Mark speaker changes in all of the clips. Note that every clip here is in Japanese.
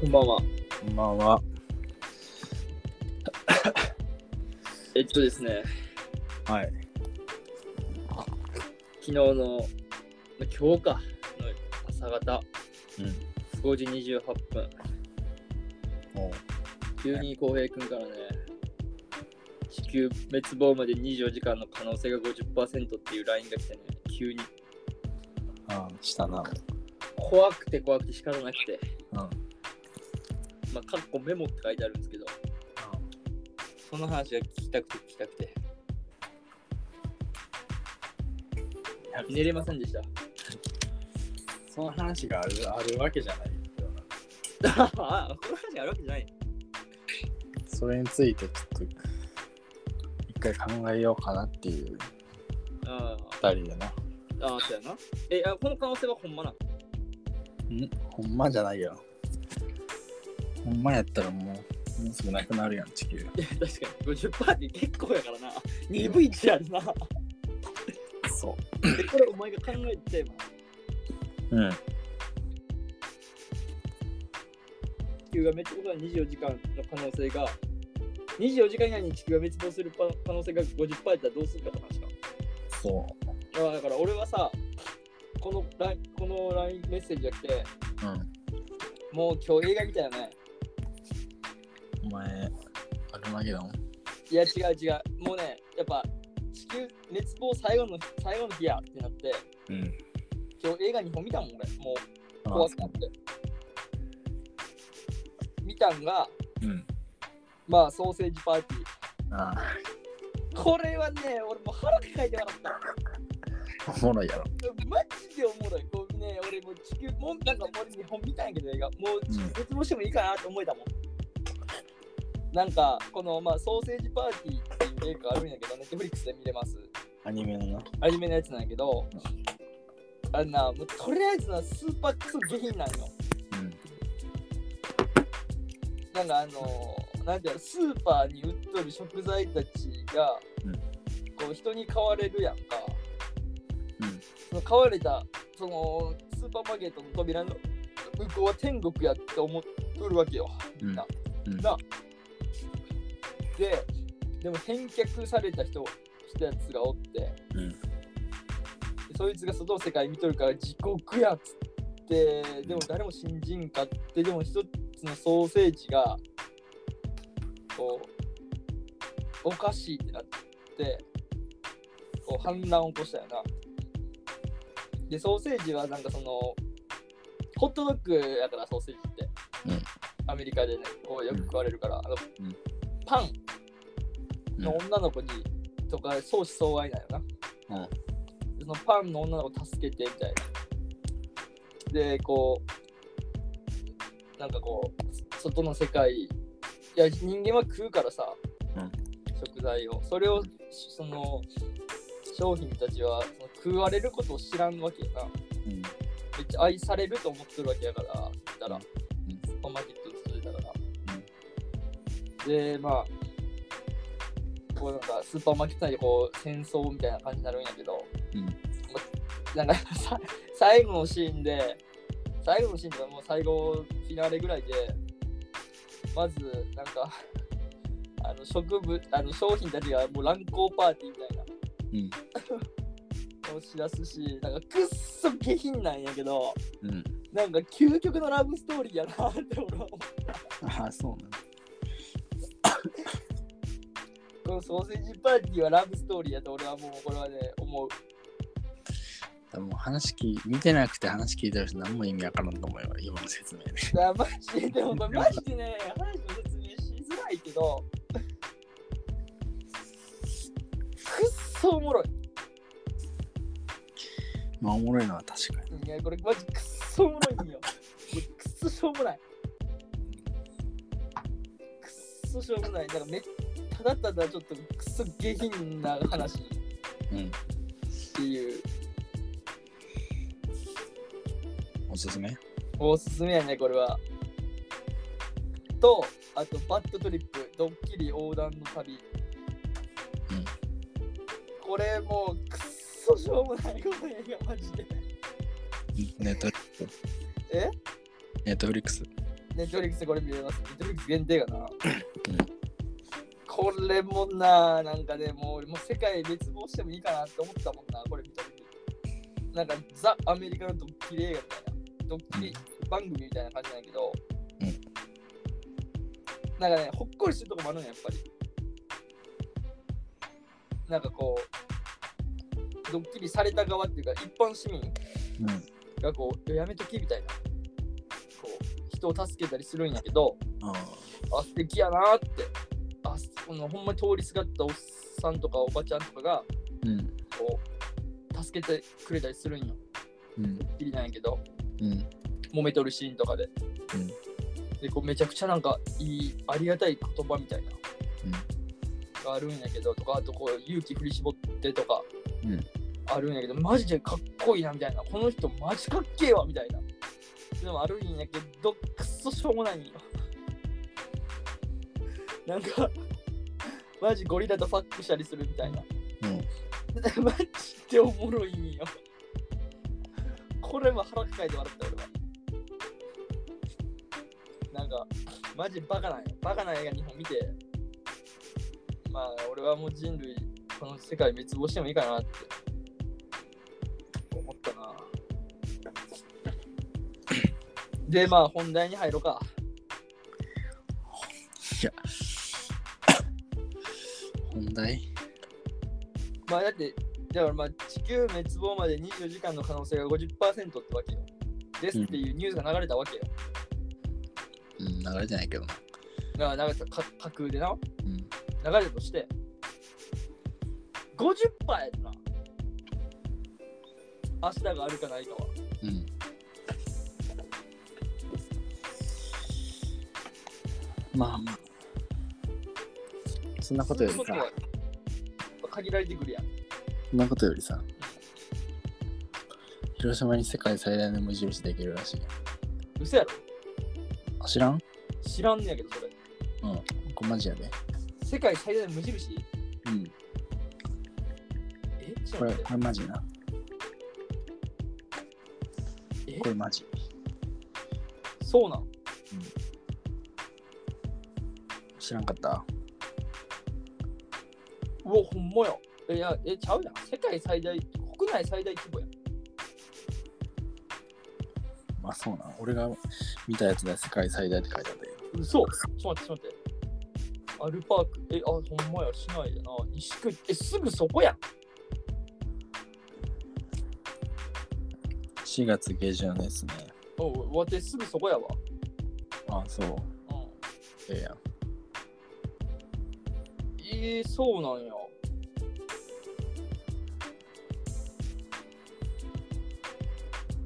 Speaker 1: こんばんは。
Speaker 2: こんばんは。
Speaker 1: えっとですね、
Speaker 2: はい。
Speaker 1: 昨日の、ま今日か、の朝方、
Speaker 2: うん。
Speaker 1: 5時28分、
Speaker 2: も
Speaker 1: 急に浩平君からね、地球滅亡まで24時間の可能性が50%っていうラインが来てね、急に
Speaker 2: う、ああ、したな。
Speaker 1: 怖くて怖くて仕方なくて、
Speaker 2: うん。あ
Speaker 1: まあ、かっこメモって書いてあるんですけど、その話が聞きたくて聞きたくて
Speaker 2: や。
Speaker 1: 寝れませんでした。
Speaker 2: その話があるあるわけじゃないけどな。
Speaker 1: あ、この話があるわけじゃない。
Speaker 2: それについてちょっと、一回考えようかなっていう
Speaker 1: あ
Speaker 2: 二人でな。
Speaker 1: ーあー、そうやな。え、あこの可能性はほんまな。
Speaker 2: んほんまじゃないよ。ほんまやったらもう、もうすぐなくなるやん、地球。
Speaker 1: いや確かに50%って結構やからな。2分1やんな。
Speaker 2: そ
Speaker 1: でこれお前が考えてたよ、
Speaker 2: う。うん。
Speaker 1: 地球が滅亡する24時間の可能性が、24時間以内に地球が滅亡する可能性が50%やったらどうするかって話か。
Speaker 2: そ
Speaker 1: あーだから俺はさ、この LINE この LINE メッセージじゃなくて、
Speaker 2: う。うん。
Speaker 1: もう今日映画見たよね。
Speaker 2: お前、アルマゲドン
Speaker 1: いや違う違う。もうね、やっぱ地球滅亡最後の最後の日やってなって、
Speaker 2: うん。
Speaker 1: 今日映画2本見たもん俺。もう
Speaker 2: あ
Speaker 1: 怖くなって。見たんが、
Speaker 2: うん。
Speaker 1: まあ、ソーセージパーティ
Speaker 2: ああ、
Speaker 1: ー。これはね、俺もう腹抱えて笑った。
Speaker 2: おもろいやろ。
Speaker 1: マジでおもろい。こうね、俺もう地球、もうなんか俺日本見たんやけど、映画。もう
Speaker 2: うん
Speaker 1: 絶望してもいいかなって思えたもん。なんか、この、まあ、ソーセージパーティーっていう映画あるんやけど、ネットフリックスで見れます。
Speaker 2: アニメのな。
Speaker 1: アニメのやつなんやけど、あんな、もうとりあえずな、スーパークソ下品なんよ。
Speaker 2: うん。
Speaker 1: なんかあのーなんていうのスーパーに売っとる食材たちが、
Speaker 2: うん
Speaker 1: こう人に買われるやんか
Speaker 2: うん。
Speaker 1: その買われたそのスーパーマーケットの扉の向こうは天国やって思っとるわけよみんな、
Speaker 2: うんうん
Speaker 1: なででも返却された人したやつがおってで
Speaker 2: うん。
Speaker 1: そいつが外の世界見とるから地獄やっつってでも誰も信じんかってでも一つのソーセージがこうおかしいってなってこう反乱を起こしたよなでソーセージはなんかそのホットドッグやからソーセージって、
Speaker 2: うん
Speaker 1: アメリカでねこうよく食われるから、あの
Speaker 2: うん
Speaker 1: パンの女の子に、とか相思相愛なんよな、
Speaker 2: うん
Speaker 1: でそのパンの女の子助けてみたいなでこうなんかこう外の世界いや人間は食うからさ、
Speaker 2: うん
Speaker 1: 食材をそれをその商品たちはその食われることを知らんわけやな
Speaker 2: うん。
Speaker 1: めっちゃ愛されると思ってるわけやから、言ったら、
Speaker 2: うん
Speaker 1: スーパーマーケットに続いたから。で、まあ、こうなんかスーパーマーケット内でこう戦争みたいな感じになるんやけど、
Speaker 2: うん
Speaker 1: まなんかさ 最後のシーンで、最後のシーンとかもう最後フィナーレぐらいで、まずなんかあの植物、あの商品たちがもう乱行パーティーみたいな。
Speaker 2: うん。
Speaker 1: 押し出すし、なんかくっそ下品なんやけど、
Speaker 2: うん。
Speaker 1: なんか究極のラブストーリーやなって俺は思う
Speaker 2: ああ、そうなんだ。
Speaker 1: このソーセージパーティーはラブストーリーやと俺はもうこれはね思う
Speaker 2: でも話聞い見てなくて話聞いてる人何も意味わからんと思うよ、今の説明で。
Speaker 1: だからマジででもこれマジでね話の説明しづらいけどくっそおもろい
Speaker 2: まあ、おもろいのは確か
Speaker 1: いやこれマジくっそおもろいんよもうくっそしょうもないくっそしょうもないなんかめただただちょっとくっそ下品な話っ
Speaker 2: に。うん。
Speaker 1: ていう
Speaker 2: おすすめ
Speaker 1: おすすめやね、これは。と、あと、バッドトリップ、ドッキリ横断の旅。
Speaker 2: うん
Speaker 1: これもう、くっそしょうもない、この映画、マジで。
Speaker 2: ネット、
Speaker 1: え
Speaker 2: ネットフリックス。
Speaker 1: ネネットフリックスでこれ見れます。ネットフリックス限定かな。これもな、なんかね、もう俺もう世界滅亡してもいいかなって思ったもんな、これ見たとき。なんかザ・アメリカのドッキリ映画みたいな、ドッキリ番組みたいな感じなんやけど、
Speaker 2: うん
Speaker 1: なんかね、ほっこりするとこもあるんや、やっぱり。なんかこう、ドッキリされた側っていうか、一般市民
Speaker 2: うん。
Speaker 1: がこう、いややめときみたいな、こう、人を助けたりするんやけど、
Speaker 2: あ
Speaker 1: あ素敵やなーってあそのほんまに通りすがったおっさんとかおばちゃんとかが
Speaker 2: ーうん。
Speaker 1: こう助けてくれたりするんよ
Speaker 2: うん。
Speaker 1: きりなんやけど
Speaker 2: うん。
Speaker 1: 揉めとるシーンとかで、
Speaker 2: うん
Speaker 1: でこうめちゃくちゃなんかいいありがたい言葉みたいな
Speaker 2: うん。
Speaker 1: があるんやけどとかあとこう勇気振り絞ってとか、
Speaker 2: うん
Speaker 1: あるんやけどマジでかっこいいなみたいなこの人マジかっけえわみたいなでもあるんやけどくっそしょうもないんよ なんかマジゴリラとパックしたりするみたいな、うん、 マジでおもろいんよこれも腹抱えて笑った俺はなんかマジバカなんよバカな映画2本見てまあ俺はもう人類この世界滅亡してもいいかなって思ったなでまあ本題に入ろうか
Speaker 2: いや。本題
Speaker 1: まあだってだからまあ地球滅亡まで24時間の可能性が50%ってわけよですっていうニュースが流れたわけよ、
Speaker 2: うん、流れてないけどな。
Speaker 1: だから流れたか架空でな
Speaker 2: うん。
Speaker 1: 流れたとして50%やでな明日があるかないかは
Speaker 2: うん。まあまあ。そんなことより
Speaker 1: そうい
Speaker 2: さ
Speaker 1: う、ことは限られてくるやん
Speaker 2: そんなことよりさ、広島に世界最大の無印できるらしい。
Speaker 1: 嘘やろ
Speaker 2: あ知らん
Speaker 1: 知らんねやけどそれ
Speaker 2: うん。これマジやで。
Speaker 1: 世界最大の無印
Speaker 2: うん。
Speaker 1: えちょっ
Speaker 2: ことれ、
Speaker 1: 待って
Speaker 2: これマジな。
Speaker 1: え
Speaker 2: これマジ。
Speaker 1: そうなん
Speaker 2: 知らんかった
Speaker 1: うわほんまやいやえちゃうやん世界最大国内最大規模やん
Speaker 2: まあそうなん。俺が見たやつで世界最大って書いてあったけど。
Speaker 1: 嘘ちょっと待ってちょっと待ってアルパークえあほんまや市内やな西区えすぐそこやん
Speaker 2: 4月下旬ですね。
Speaker 1: おうわてすぐそこやわ
Speaker 2: あそう。
Speaker 1: うん
Speaker 2: ええやん。
Speaker 1: えー、そうなんや。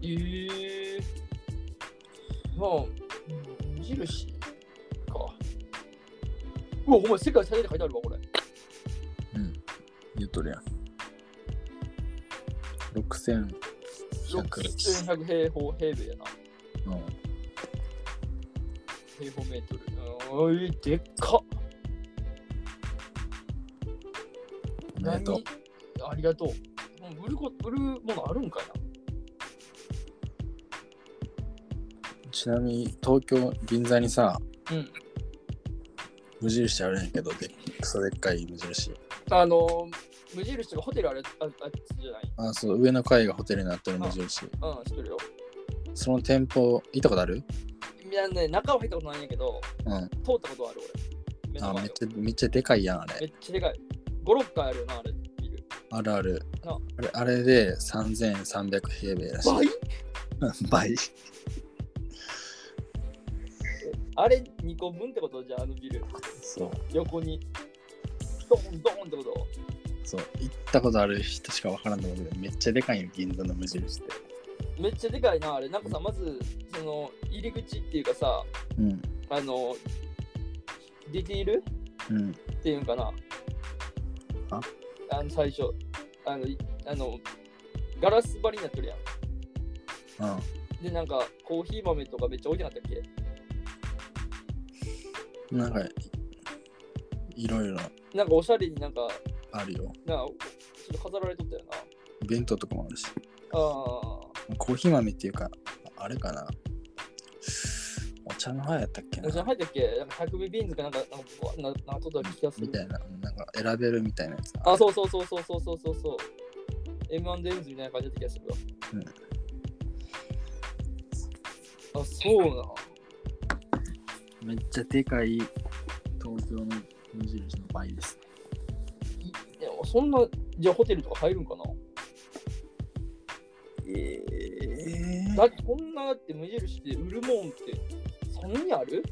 Speaker 1: ええまあ、無印か。うわ、お前、世界最大って書いてあるわ、これ。
Speaker 2: うん。言っとるやん。6100。
Speaker 1: 6100平方平米やな。
Speaker 2: うん。
Speaker 1: 平方メートル。うーんえー、でっかっ
Speaker 2: おめでとう。
Speaker 1: 何ありがとう。もう売るこ売るものあるんかいな。
Speaker 2: ちなみに東京銀座にさ、
Speaker 1: うん
Speaker 2: 無印あるんやけどでクソでっかい無印
Speaker 1: あのー、無印とかホテルあれああっちじゃない
Speaker 2: あそう上の階がホテルになってる無
Speaker 1: う
Speaker 2: 印
Speaker 1: ん、知ってるよ。
Speaker 2: その店舗行ったことある
Speaker 1: いやね、中は入ったことないんやけど、
Speaker 2: うん
Speaker 1: 通ったことはある俺。目の
Speaker 2: あ
Speaker 1: 前を
Speaker 2: めっちゃめっちゃでかいやんあ
Speaker 1: め
Speaker 2: れ
Speaker 1: っちゃでかい。5、6回あるよな、あれ。ビル
Speaker 2: あるある
Speaker 1: あ
Speaker 2: あれあれで3300平米らし
Speaker 1: 倍
Speaker 2: い倍
Speaker 1: あれ2個分ってことじゃあ、あのビル。
Speaker 2: そう
Speaker 1: 横に。ドーンドーンってこと
Speaker 2: そう行ったことある人しかわからんと思うけどめっちゃでかいよ銀座の無印って
Speaker 1: めっちゃでかいな、あれ。なんかさ、まず、その、入り口っていうかさ、
Speaker 2: うん
Speaker 1: あの、ディティール
Speaker 2: うん
Speaker 1: っていうんかな。
Speaker 2: あ
Speaker 1: あの、最初。あの、いあのガラス張りになってるやん。
Speaker 2: うん
Speaker 1: で、なんか、コーヒー豆とかめっちゃ置いてなかったっけ
Speaker 2: なんかいいろいろ
Speaker 1: なんかおしゃれになんか、
Speaker 2: あるよ
Speaker 1: なんかちょっと飾られとったよな。
Speaker 2: 弁当とかもあるし
Speaker 1: ああ、
Speaker 2: コーヒー豆っていうか、あれかな。お茶の葉やったっけな
Speaker 1: お茶入ったっけなんか百尾ビーンズかなんか、なんか、ななんか取った気がす
Speaker 2: み
Speaker 1: る。
Speaker 2: たいな、なんか選べるみたいなやつ。
Speaker 1: あ、そうそうそうそうそうそうそうそう。M&M's みたいな感じだった気がするわ。あ、そうな。
Speaker 2: めっちゃでかい東京の無印の倍です。
Speaker 1: いでもそんな、じゃあホテルとか入るんかな
Speaker 2: え
Speaker 1: だってこんなだって無印で売るもんって、そんなにある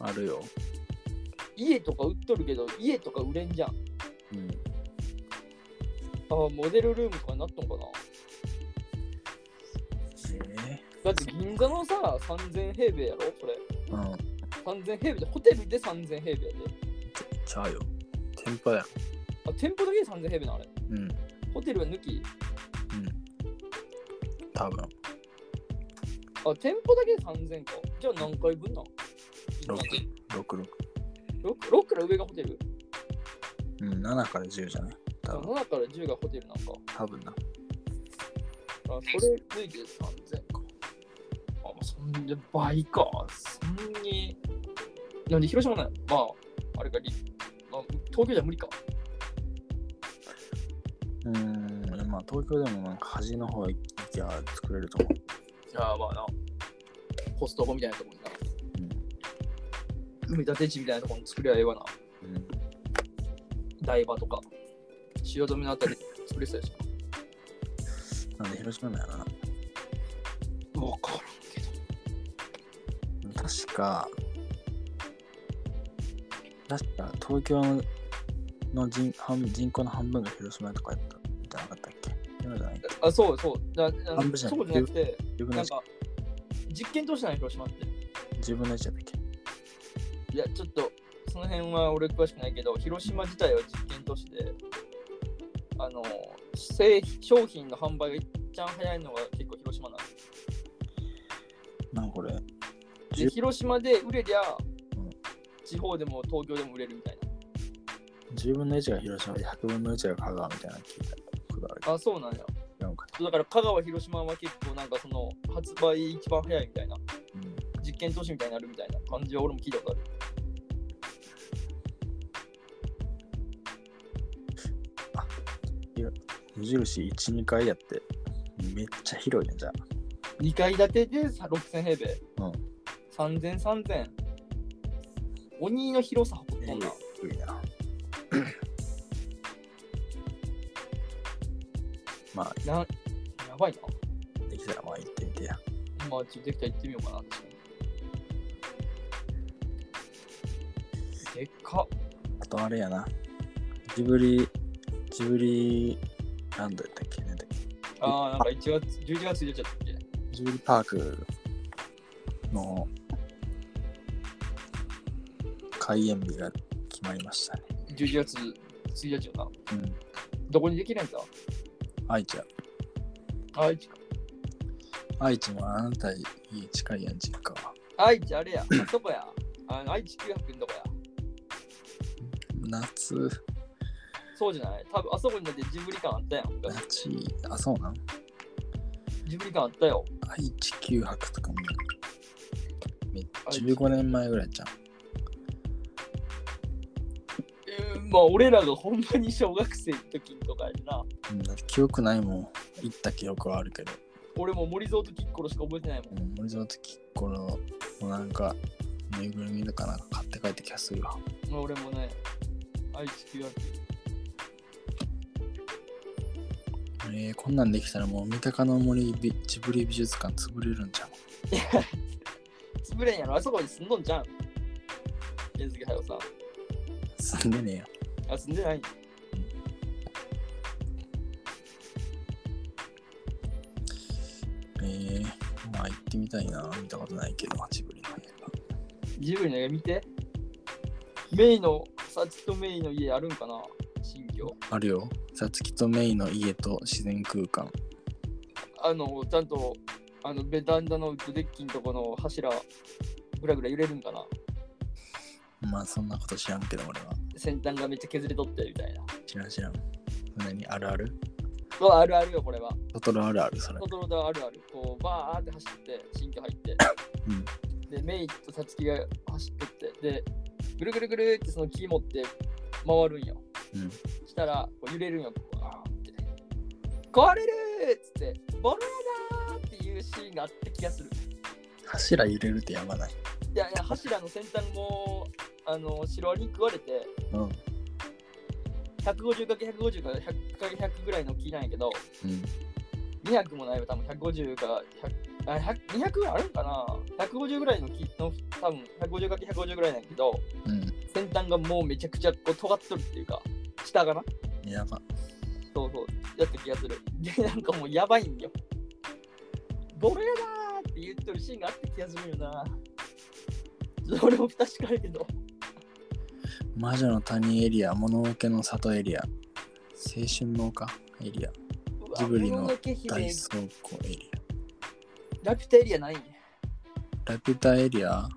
Speaker 2: あるよ。
Speaker 1: 家とか売っとるけど、家とか売れんじゃん。
Speaker 2: うん。
Speaker 1: あ、モデルルームとかになっとんかな
Speaker 2: え
Speaker 1: だって銀座のさ、3000平米やろそれ。
Speaker 2: ー、うん。
Speaker 1: 3000平米で、ホテルで3000平米で。
Speaker 2: ちゃうよ。店舗や。
Speaker 1: あ、店舗だけで3000平米なのあれ。
Speaker 2: うん。うん。
Speaker 1: ホテルは抜き。
Speaker 2: 多分
Speaker 1: あ、店舗だけで3000か。じゃあ何回分なん
Speaker 2: 六六六。
Speaker 1: 6, 6から上がホテル
Speaker 2: うん、7から10じゃない。多分
Speaker 1: ?7 から10がホテルなんか。
Speaker 2: 多分な。
Speaker 1: あそれ抜いて3000か。あ、まあ、そんで倍か。そんに。なんで広島なんやまあ、あれか、りまあ、東京じゃ無理か。
Speaker 2: うん。まあ、東京でもなんか端の方行きゃ作れると思
Speaker 1: ああ、まあな。コストコみたいなとこにな。埋め立て地みたいなとこに作りゃええわな。
Speaker 2: う。うん。
Speaker 1: 台場とか。汐留のあたり作れそうやし
Speaker 2: なんで広島なんやろな。
Speaker 1: な。わからんけど。
Speaker 2: 確か、確か東京の人半人口の半分が広島とかやったみたいなかったっけ今じゃないか。
Speaker 1: あ、そうそう。だだ
Speaker 2: 半分じゃない
Speaker 1: そうじゃなくて、
Speaker 2: 自分
Speaker 1: な
Speaker 2: の
Speaker 1: んか、実験通してない広島って。
Speaker 2: 自分の位置やったっけ
Speaker 1: いや、ちょっと、その辺は俺詳しくないけど、広島自体は実験都市で、あの、製品商品の販売がいっちゃん早いのが結構広島なんです。
Speaker 2: なんかこれ、
Speaker 1: で、広島で売れりゃ
Speaker 2: うん、
Speaker 1: 地方でも東京でも売れるみたい
Speaker 2: 10分の1が広島で100分の1が香川みたいなの聞いたことあるけ
Speaker 1: な。あ、そうなんや。
Speaker 2: ど、なんか、
Speaker 1: だから香川、広島は結構なんかその発売一番早いみたいな、
Speaker 2: うん、
Speaker 1: 実験都市みたいになるみたいな感じは俺も聞いたことある。
Speaker 2: 無印1、2階やって、めっちゃ広いね、じゃあ。
Speaker 1: 2階建てでさ6000平米。
Speaker 2: うん
Speaker 1: 3000、3000。鬼の広さ誇っとんな。
Speaker 2: いいな。まあ、
Speaker 1: なやばい
Speaker 2: できたらまあ行ってみてや。
Speaker 1: な。まあ、ちょっとできたら行ってみようかな。私もでっか
Speaker 2: あとあれやな。ジブリ、ジブリランドやったっけなんだっけ
Speaker 1: ああ、なんか1月、11月入れちゃったっけ
Speaker 2: ジブリパークの開園日が決まりましたね。
Speaker 1: ?11 月1日よな。
Speaker 2: うん。
Speaker 1: どこにできるんだ
Speaker 2: 愛知や。
Speaker 1: 愛知か。
Speaker 2: 愛知もあなたに近いやん、実家は。
Speaker 1: 愛知あれ や。あそこや。あの愛知9泊のとこや。
Speaker 2: 夏、
Speaker 1: そうじゃない多分あそこにだってジブリ館あったやん。
Speaker 2: 夏、あ、そうなん
Speaker 1: ジブリ館あったよ。
Speaker 2: 愛知九博とかもめ
Speaker 1: 愛知
Speaker 2: 15年前ぐらいじゃん。
Speaker 1: えー、まあ俺らがほんまに小学生の時とかやな。
Speaker 2: うん、だって記憶ないもん。行った記憶はあるけど。
Speaker 1: 俺も森蔵とキッコロしか覚えてないもん。
Speaker 2: うん森蔵ときっころのなんかぬいぐるみとかなんか買って帰った気がするわ。
Speaker 1: まあ俺もね、愛知9泊。
Speaker 2: えー、こんなんできたらもう三鷹の森美ジブリ美術館潰れるんじゃん。
Speaker 1: 潰れんやろあそこに住んどんじゃん。原付はよさん。
Speaker 2: 住んでねえよ。
Speaker 1: あ、住んでない
Speaker 2: えー、まあ行ってみたいな。見たことないけど、ジブリの映
Speaker 1: ジブリの映画見て。メイの、サチとメイの家あるんかな新居。
Speaker 2: 画。あるよ。さつきとメイの家と自然空間。
Speaker 1: あの、ちゃんと、あの、ベタンダのウッドデッキのとこの柱、ぐらぐら揺れるんかな
Speaker 2: まあそんなこと知らんけど俺は。
Speaker 1: 先端がめっちゃ削れとってみたいな。
Speaker 2: 知らん知らん。何あるある
Speaker 1: そうあるあるよこれは
Speaker 2: トトロあるある、それ
Speaker 1: ト。トロだあるあるこうバーって走って新居入って、でメイとサツキが走ってってでぐるぐるぐるってその木持って回るんよ、
Speaker 2: うん
Speaker 1: したらこう揺れるんよバーって壊れるーっつってボロやだーっていうシーンがあった気がする
Speaker 2: 柱揺れるってやばない。
Speaker 1: いやいや柱の先端もあのシロアリに食われて
Speaker 2: うん。うん。
Speaker 1: 150×150 か100×100 ぐらいの木なんやけど200もないわ多分150か100あ100 200ぐらいあるんかな150ぐらいの木の多分 150×150 ぐらいなんやけど
Speaker 2: う。
Speaker 1: 先端がもうめちゃくちゃこう尖っとるっていうか下がなん
Speaker 2: やば。
Speaker 1: そうそうやった気がする でなんかもうやばいんよボロやだーって言っとるシーンがあった気がするよなちょっと俺も不確かやけど
Speaker 2: 魔女の谷エリア、物置の里エリア、青春の丘エリア、
Speaker 1: うわ
Speaker 2: ジブリの
Speaker 1: もののけ姫
Speaker 2: 大倉庫エリ
Speaker 1: ラピュタエリアないんや
Speaker 2: ア。ラピュタエリア、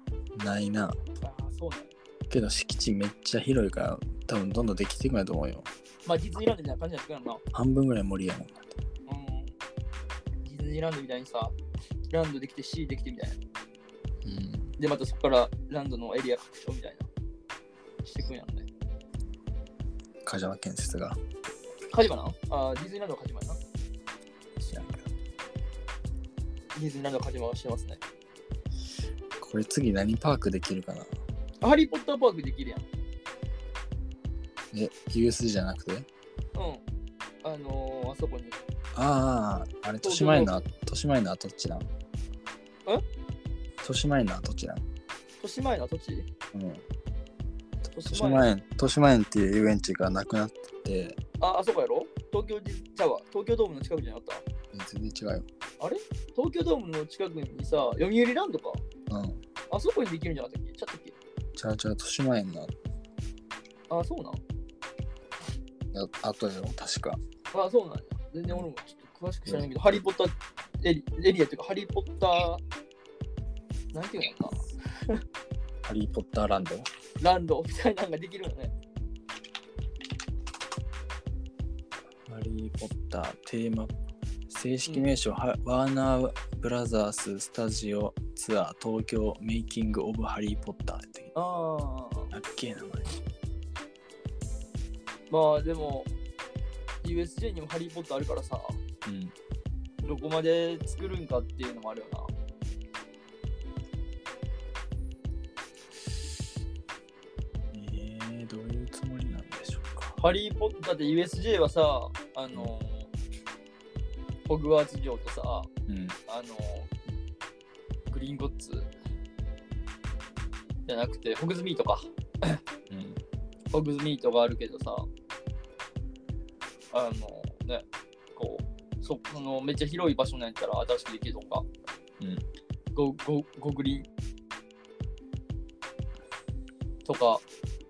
Speaker 2: ないな。
Speaker 1: ああそうなんや
Speaker 2: けど敷地めっちゃ広いから、多分どんどんできていくんやと思うよ。
Speaker 1: まあディズニーランドみたいな感じになってくるやろな
Speaker 2: 半分ぐらい森やもん。
Speaker 1: うん、ディズニーランドみたいにさ、ランドできて C できてみたいな。
Speaker 2: うん。
Speaker 1: で、またそこからランドのエリア拡張みたいな。してくんやろね。
Speaker 2: カジャワ建設が。
Speaker 1: カジマなあーディズニーランドカジマやな。
Speaker 2: 知らんけど
Speaker 1: ディズニーランドカジマはしてますね。
Speaker 2: これ次何パークできるかな
Speaker 1: ハリー・ポッターパークできるやん。
Speaker 2: え、US じゃなくて
Speaker 1: うん。あのー、あそこに。
Speaker 2: ああ、あれ、豊島園の、豊島園の跡地なん。え豊島園の跡地なん。
Speaker 1: 豊島園の跡地
Speaker 2: うん。
Speaker 1: 豊
Speaker 2: 豊島園、豊島園っていう遊園地がなくなってて、
Speaker 1: あ、あそこやろ東京ディズちゃうわ東京ドームの近くじゃなかっ
Speaker 2: 全然違うよ。
Speaker 1: たあれ東京ドームの近くにさ、読売ランドか。
Speaker 2: うん。
Speaker 1: あそこにできるんじゃなかったっけちゃったっけ
Speaker 2: ちゃうちゃう、豊島園の
Speaker 1: あ、そうなん
Speaker 2: や跡よ、確か。
Speaker 1: あ、そうなんや。全然俺もちょっと詳しく知らないけど、ハリー・ポッターエリエリアっていうか、ハリー・ポッター、なんていうんやろ
Speaker 2: ハリー・ポッターランド。
Speaker 1: な、ランドみたいなのができるよね。
Speaker 2: ハリー・ポッターテーマ正式名称、はワーナーブラザーススタジオツアー東京メイキング・オブ・ハリー・ポッターって
Speaker 1: ああ。
Speaker 2: あっけえ名前
Speaker 1: まあでも、USJ にもハリー・ポッターあるからさ、
Speaker 2: うん
Speaker 1: どこまで作るんかっていうのもあるよな。
Speaker 2: えー、どういうつもりなんでしょうか
Speaker 1: ハリー・ポッターって USJ はさ、あの、ホグワーツ城とさ、
Speaker 2: うん
Speaker 1: あの、グリーンゴッツじゃなくて、ホグズミートか。
Speaker 2: うん
Speaker 1: ホグズミートがあるけどさ、あのね、こう、そこのめっちゃ広い場所なんやったら新しくできるとか、
Speaker 2: うん、
Speaker 1: ゴゴゴグリーンとか、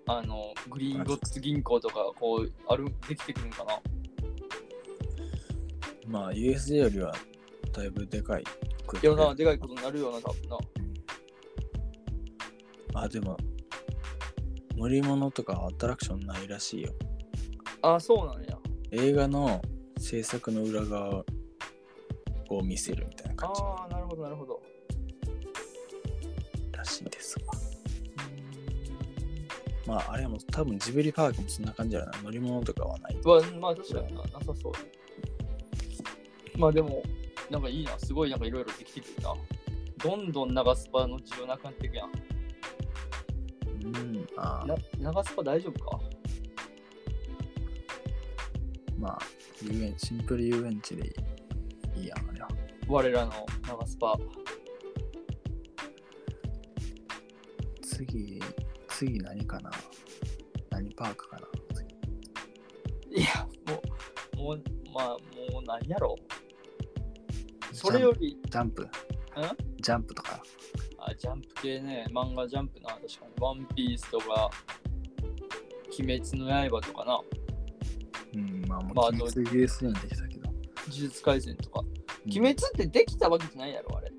Speaker 1: あの、グリーンゴッツ銀行とか、こう、あるできてくるんかな。
Speaker 2: まあ USJ よりはだいぶでかい
Speaker 1: いろんなでかいことになるような、多分な。
Speaker 2: あでも乗り物とかアトラクションないらしいよ
Speaker 1: あ、そうなんや。
Speaker 2: 映画の制作の裏側を見せるみたいな感じ
Speaker 1: ああ、なるほど、なるほど。
Speaker 2: らしいですわまああれも多分ジブリパークもそんな感じやろな乗り物とかはない。
Speaker 1: うわまあ確かにななさそうねまあでもなんかいいなすごいなんかいろいろできてくるなどんどん長スパの需要なくなっていくやん
Speaker 2: うん。ああ
Speaker 1: な長スパ大丈夫か
Speaker 2: まあ遊園シンプル遊園地でいいやんあれは。
Speaker 1: 我らの長スパ
Speaker 2: 次次何かな何パークかない
Speaker 1: やもうもうまあもう何やろそれより
Speaker 2: ジャンプジャンプとか
Speaker 1: あジャンプ系ね漫画ジャンプな確かにワンピースとか鬼滅の刃とかな
Speaker 2: うんまあもう
Speaker 1: まあ
Speaker 2: 鬼滅 USJ にできたけど。
Speaker 1: 呪術廻戦とか
Speaker 2: うん
Speaker 1: 鬼滅ってできたわけじゃないやろあれ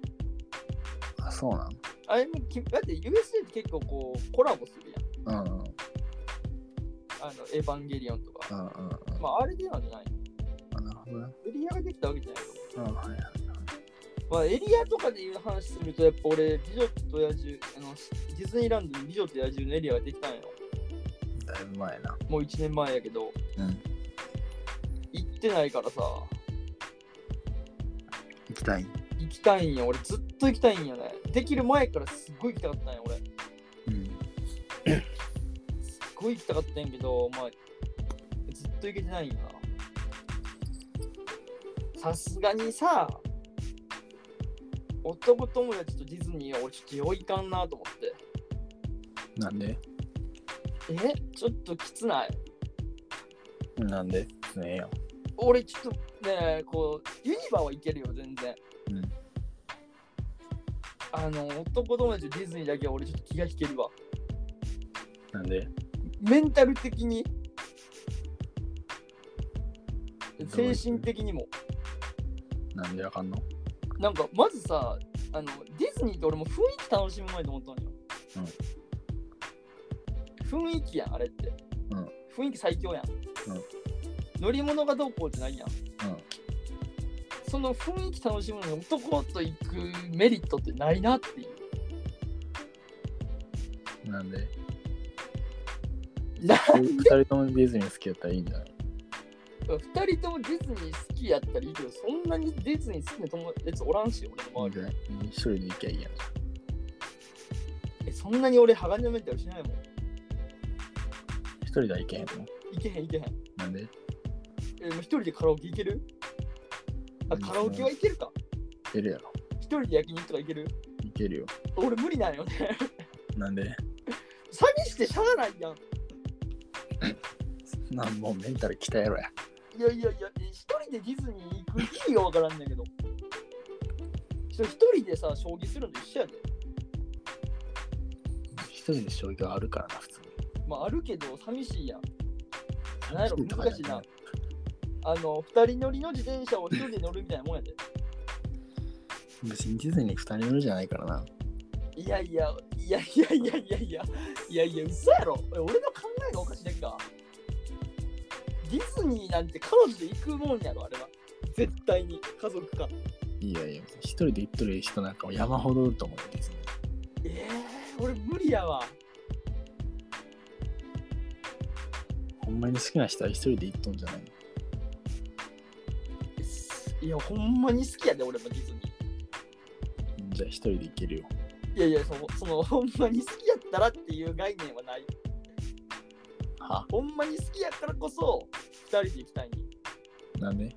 Speaker 2: あそうな
Speaker 1: あれもきだって USJ って結構こうコラボするやん。
Speaker 2: のうんうん
Speaker 1: あのエヴァンゲリオンとか。
Speaker 2: うんうんうん。
Speaker 1: まああれでなんじゃない
Speaker 2: あなるほほどな。
Speaker 1: エリアができたわけじゃないの。
Speaker 2: あはいはい。
Speaker 1: まあ、エリアとかでいう話すると、やっぱ俺、美女と野獣、あの、ディズニーランドに美女と野獣のエリアができたんよ。
Speaker 2: だいぶ前な。
Speaker 1: もう1年前やけど、
Speaker 2: うん。
Speaker 1: 行ってないからさ、
Speaker 2: 行きたい。
Speaker 1: 行きたいんよ。俺、ずっと行きたいんよね。できる前からすっごい行きたかったんよ、俺。す
Speaker 2: う
Speaker 1: っ
Speaker 2: ん。
Speaker 1: ごい行きたかったんやけど、まあ、ずっと行けてないんよな。さすがにさ、男友達とディズニーは俺ちょっとよいかんなと思って。
Speaker 2: なんで
Speaker 1: えちょっときつない
Speaker 2: なんでねえよ。
Speaker 1: 俺ちょっとねこうユニバはいけるよ全然
Speaker 2: うん。
Speaker 1: あの男友達とディズニーだけは俺ちょっと気が引けるわ
Speaker 2: なんで
Speaker 1: メンタル的に
Speaker 2: どうい
Speaker 1: 精
Speaker 2: う
Speaker 1: 神的にも
Speaker 2: なんであかんの
Speaker 1: なんかまずさあのディズニーって俺も雰囲気楽しむ前と思ったんよ、雰囲気やんあれって、
Speaker 2: うん
Speaker 1: 雰囲気最強やん、
Speaker 2: ん
Speaker 1: 乗り物がどうこうじゃないやん
Speaker 2: うん。
Speaker 1: その雰囲気楽しむのに男と行くメリットってないなっていう
Speaker 2: なんで
Speaker 1: な
Speaker 2: 二人ともディズニー好きやったらいいんじゃ ない
Speaker 1: 2人ともディズニー好きやったらいいけど、そんなにディズニー好きな友達おらんし、俺の周
Speaker 2: いいん
Speaker 1: り
Speaker 2: じゃない一人で行きゃいいやん。
Speaker 1: えそんなに俺、鋼のメンタルしないもん。
Speaker 2: 一人では行けへんの
Speaker 1: いけへん、いけへん。
Speaker 2: なんで
Speaker 1: えもう一人でカラオケ行けるあ、
Speaker 2: うん
Speaker 1: カラオケは行けるか。
Speaker 2: 行けるやろ。
Speaker 1: 一人で焼肉とか行ける
Speaker 2: 行けるよ。
Speaker 1: 俺無理なのよね。
Speaker 2: なんで
Speaker 1: 詐欺してしゃあないやん。
Speaker 2: なんもうメンタル鍛えろや。
Speaker 1: いやいやいや、え一人でディズニー行く意味がわからんねんけど。それ一人でさ、将棋するのと一緒やで。
Speaker 2: 一人で将棋はあるからな、普通に。
Speaker 1: まあ、あるけど、寂しいやん。なんや
Speaker 2: 一
Speaker 1: ろ
Speaker 2: 人とか
Speaker 1: 難しい
Speaker 2: じゃ
Speaker 1: な
Speaker 2: ない。
Speaker 1: あの、二人乗りの自転車を一人で乗るみたいなもんやで。
Speaker 2: 別にディズニー二人乗るじゃないからな。
Speaker 1: いやいや、いやいやいやいやいや、いやいや、嘘やろ。俺の考えがおかしいだけか。ディズニーなんて彼女で行くもんやろ、あれは。絶対に、家族か。
Speaker 2: いやいや、一人で行っとる人なんか山ほどおると思うんですね。
Speaker 1: えー、俺無理やわ。
Speaker 2: ほんまに好きな人は一人で行っとんじゃないの
Speaker 1: いや、ほんまに好きやで、俺もディズニ
Speaker 2: じゃあ一人で行けるよ。
Speaker 1: ー。いやいや、その、そのほんまに好きやったらっていう概念はない。
Speaker 2: は
Speaker 1: ほんまに好きやからこそ、二人で行きたいに。
Speaker 2: なんで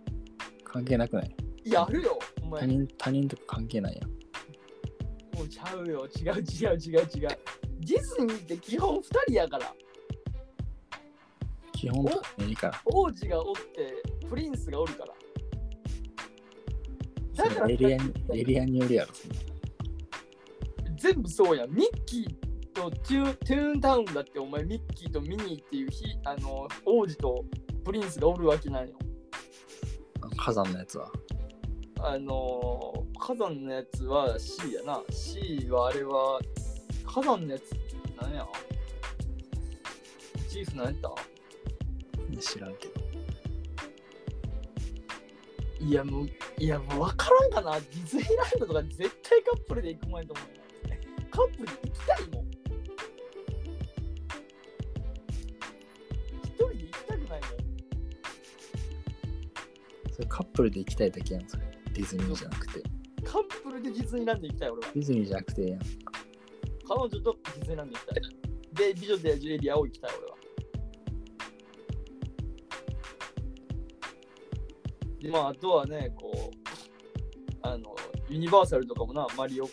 Speaker 2: 関係なくない
Speaker 1: いや、あるよ、お
Speaker 2: 他
Speaker 1: 前。も
Speaker 2: 人他人とか関係ないやん。
Speaker 1: うちゃうよ、違う違う違う違う。ディズニーって基本二人やから。
Speaker 2: 基本いいから。
Speaker 1: 王子がおってプリンスがおるからだから
Speaker 2: それエリアにエリアによるやろ、そんな
Speaker 1: 全部そうやんミッキーとチュートゥーンタウンだってお前ミッキーとミニーっていうひあの王子とプリンスがおるわけないよ
Speaker 2: あの火山のやつは。
Speaker 1: あのー火山のやつは C やな C はあれは火山のやつなんやモチーフなんやった
Speaker 2: 知らんけど。
Speaker 1: いやもういやもう分からんかなディズニーランドとか絶対カップルで行くもんやと思うよカップルで行きたいもん一人で行きたくない
Speaker 2: それカップルで行きたいだけやん、それ。ディズニーじゃなくて。
Speaker 1: もんカップルでディズニーランド行きたい俺は
Speaker 2: ディズニーじゃなくてええやん。
Speaker 1: 彼女とディズニーランド行きたいで美女と野獣エリアを行きたい俺はでまああとはねこうあのユニバーサルとかもなマリオ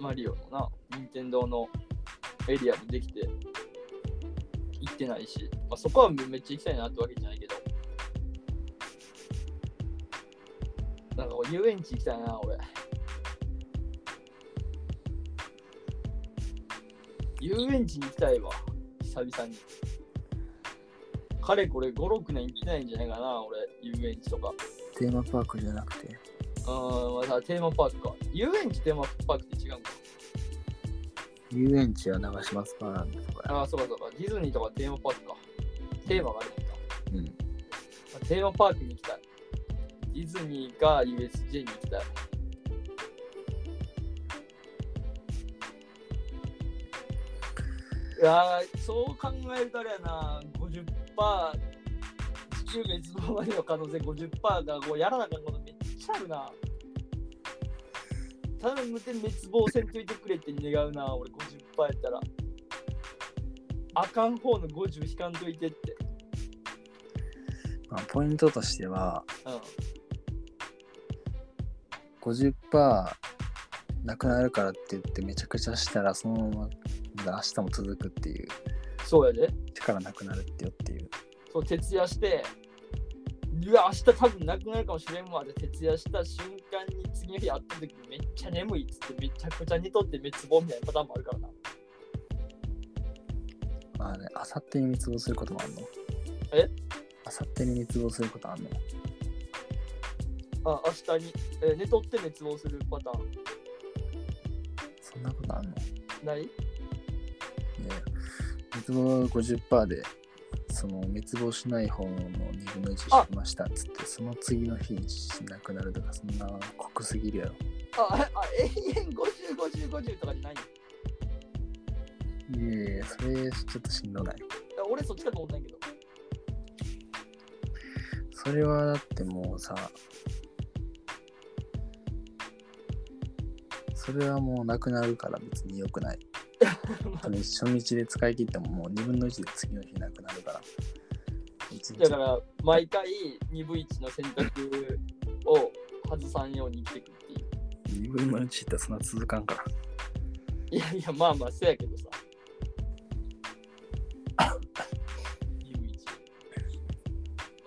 Speaker 1: マリオのな任天堂のエリアもできて行ってないし、まあ、そこはめっちゃ行きたいなってわけじゃないけどなんかこう遊園地行きたいな俺遊園地に行きたいわ久々にかれこれ56年行ってないんじゃないかな俺遊園地とか
Speaker 2: テーマパークじゃなくて。
Speaker 1: うんまあテーマパークか遊園地テーマパークって違うんか
Speaker 2: 遊園地は長島スパーランドとか
Speaker 1: ああそうかそうかディズニーとかテーマパークかテーマがあるもんな、
Speaker 2: や。うん。
Speaker 1: まあテーマパークに行きたいディズニーか USJ に行きたい。いやーそう考えるとあれやな、50%、地球滅亡までの可能性50%がこうやらなあかんことめっちゃあるな。ただ無点滅亡せんといてくれって願うな、俺50%やったら。あかん方の50引かんといてって。
Speaker 2: まあ、ポイントとしては
Speaker 1: うん
Speaker 2: 50%なくなるからって言ってめちゃくちゃしたらそのまま明日も続くっていう
Speaker 1: そうやで。
Speaker 2: 力なくなるってよっていう
Speaker 1: そう徹夜して、うわ、明日多分なくなるかもしれんわで徹夜した瞬間に次の日会った時めっちゃ眠いっつってめちゃくちゃにとって滅亡みたいなパターンもあるからな。
Speaker 2: まあねあさってに滅亡することもあんの
Speaker 1: え
Speaker 2: あさってに滅亡することあんの
Speaker 1: あ明日に、えー寝とって滅亡するパターン
Speaker 2: そんなことあんの
Speaker 1: ない
Speaker 2: ね滅亡50%でその滅亡しない方の2分の1しましたっつってその次の日にしなくなるとかそんな酷すぎるやろ
Speaker 1: あああ永遠50、50、50とかじゃないよ
Speaker 2: いやいやそれちょっとしんどない
Speaker 1: あ俺そっちかと思ったんやけど。
Speaker 2: それはだってもうさそれはもうなくなるから別に良く ないそれ初日で使い切ってももう2分の1で次の日なくなるから一
Speaker 1: だ
Speaker 2: 日
Speaker 1: から毎回2分1の選択を外さんように生きていくっていう。
Speaker 2: 2分の1ってそんな続かんから
Speaker 1: いやいや、まあまあ、そうやけどさ。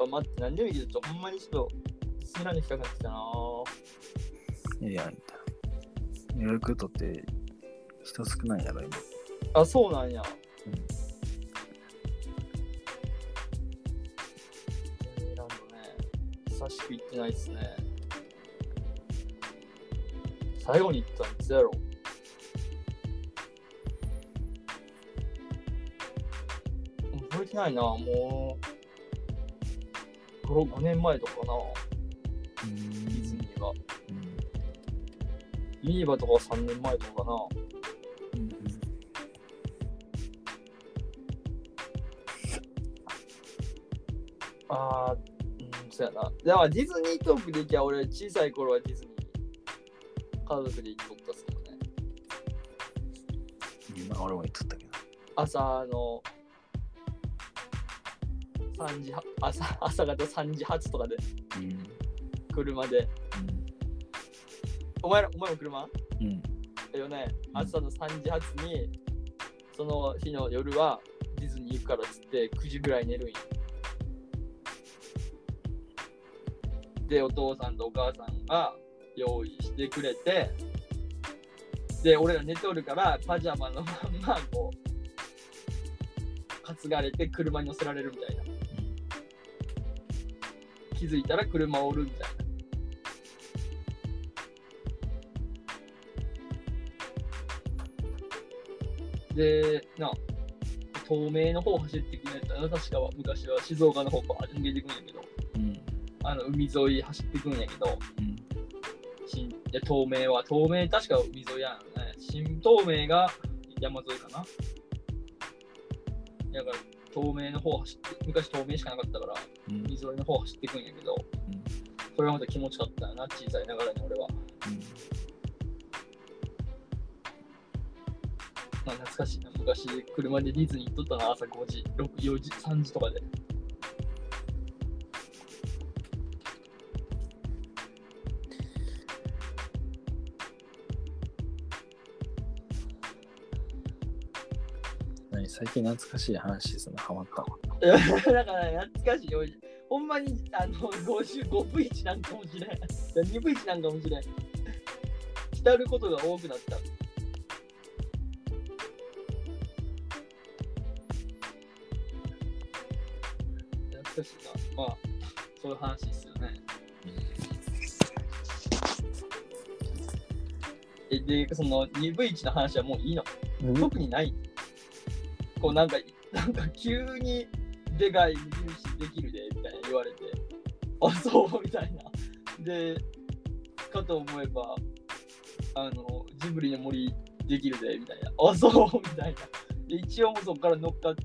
Speaker 1: あ待って、何でもいいけど、ちょほんまにちょっと、すらにしたかってきたなぁ。
Speaker 2: いやいやみたいな予約取って人少ないやろ今
Speaker 1: あ、そうなんや。
Speaker 2: うん
Speaker 1: ディズニーランドね、久しく行ってないっすね。最後に行ったのいつやろ覚えてないな、もう、5、6年前とかかな、ディズニーが。ミーバとかは3年前とかかな。ああ、うん、そうやな。だからディズニートークで行きゃ俺小さい頃はディズニー家族で行っとったっすもんね。
Speaker 2: 今俺も言っとったけど
Speaker 1: 朝あの3時は朝朝方3時発とかで
Speaker 2: うん
Speaker 1: 車で。お前らお前も車
Speaker 2: うん
Speaker 1: だよね。
Speaker 2: うん
Speaker 1: 朝の3時発にその日の夜はディズニー行くからっつって9時ぐらい寝るんや。で、お父さんとお母さんが用意してくれて、で、俺ら寝ておるからパジャマのまんまこう、担がれて車に乗せられるみたいな。気づいたら車おるみたいな。で、な、東名の方走ってくれたな、確かは昔は静岡の方から抜けてくんやけど、
Speaker 2: うん
Speaker 1: あの海沿い走ってくんやけど、
Speaker 2: うん
Speaker 1: 新で東名は、東名確か海沿いやんね。新東名が山沿いかな。だから東名の方走って、昔東名しかなかったから、
Speaker 2: うん
Speaker 1: 海沿いの方走ってくんやけど、
Speaker 2: ん
Speaker 1: それはまた気持ちよかったよな、小さいながらに俺は。まあ懐かしいな、昔車でディズニー行っとったな、朝5時、6、4時、3時とかで。
Speaker 2: 何最近懐かしい話するのハマったわ
Speaker 1: いやだから懐かしいよ。ほんまにあの55分1なんかもしれん。2分1なんかもしれん。浸ることが多くなった。懐かしいな。まあ、そういう話ですよね。えで、その 2V1 の話はもういいの特にない。こうなんか、なんか急にでかい無印できるでみたいな言われて、あ、そうみたいな。で、かと思えば、あの、ジブリの森できるぜ、みたいな。あ、そう、みたいな。で、一応もうそこから乗っかって、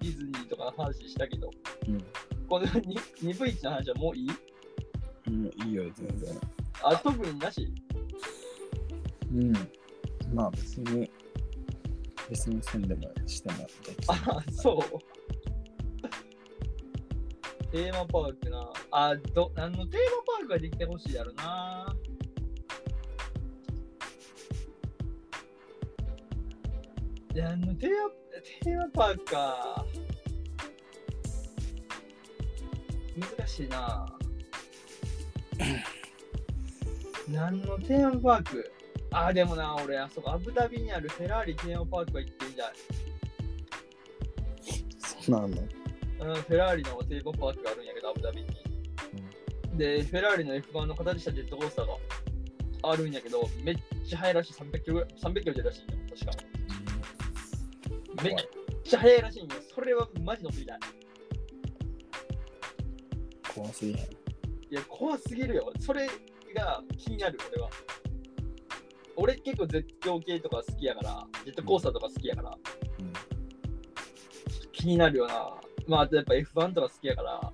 Speaker 1: ディズニーとかの話したけど、
Speaker 2: うん。
Speaker 1: このに鈍いの話はもういい
Speaker 2: うん、いいよ、全然。
Speaker 1: あ、特になし
Speaker 2: うん。まあ別に、別に住んでもしてもできる。
Speaker 1: あ、 そう。テーマパークな。あ、ど、何のテーマパークができてほしいやろな。何のテーマテーマパークか。難しいな。何のテーマパークあ、でもな、俺、あそこ、アブダビにあるフェラーリテーマパークは行ってみたい。
Speaker 2: そうなの。
Speaker 1: うん、フェラーリのテーマパークがあるんやけど、アブダビに。で、フェラーリの F1 の形したジェットコースターがあるんやけど、めっちゃ速いらしい、300キロぐらい、300キロ出るらしいんよ、確か。めっちゃ速いらしいんよ、それはマジ乗ってみたい。
Speaker 2: 怖すぎへん。
Speaker 1: いや、怖すぎるよ。それが気になる、俺は。俺結構絶叫系とか好きやから、ジェットコースターとか好きやから、
Speaker 2: うん。
Speaker 1: 気になるよな。まあ、あとやっぱ F1 とか好きやから、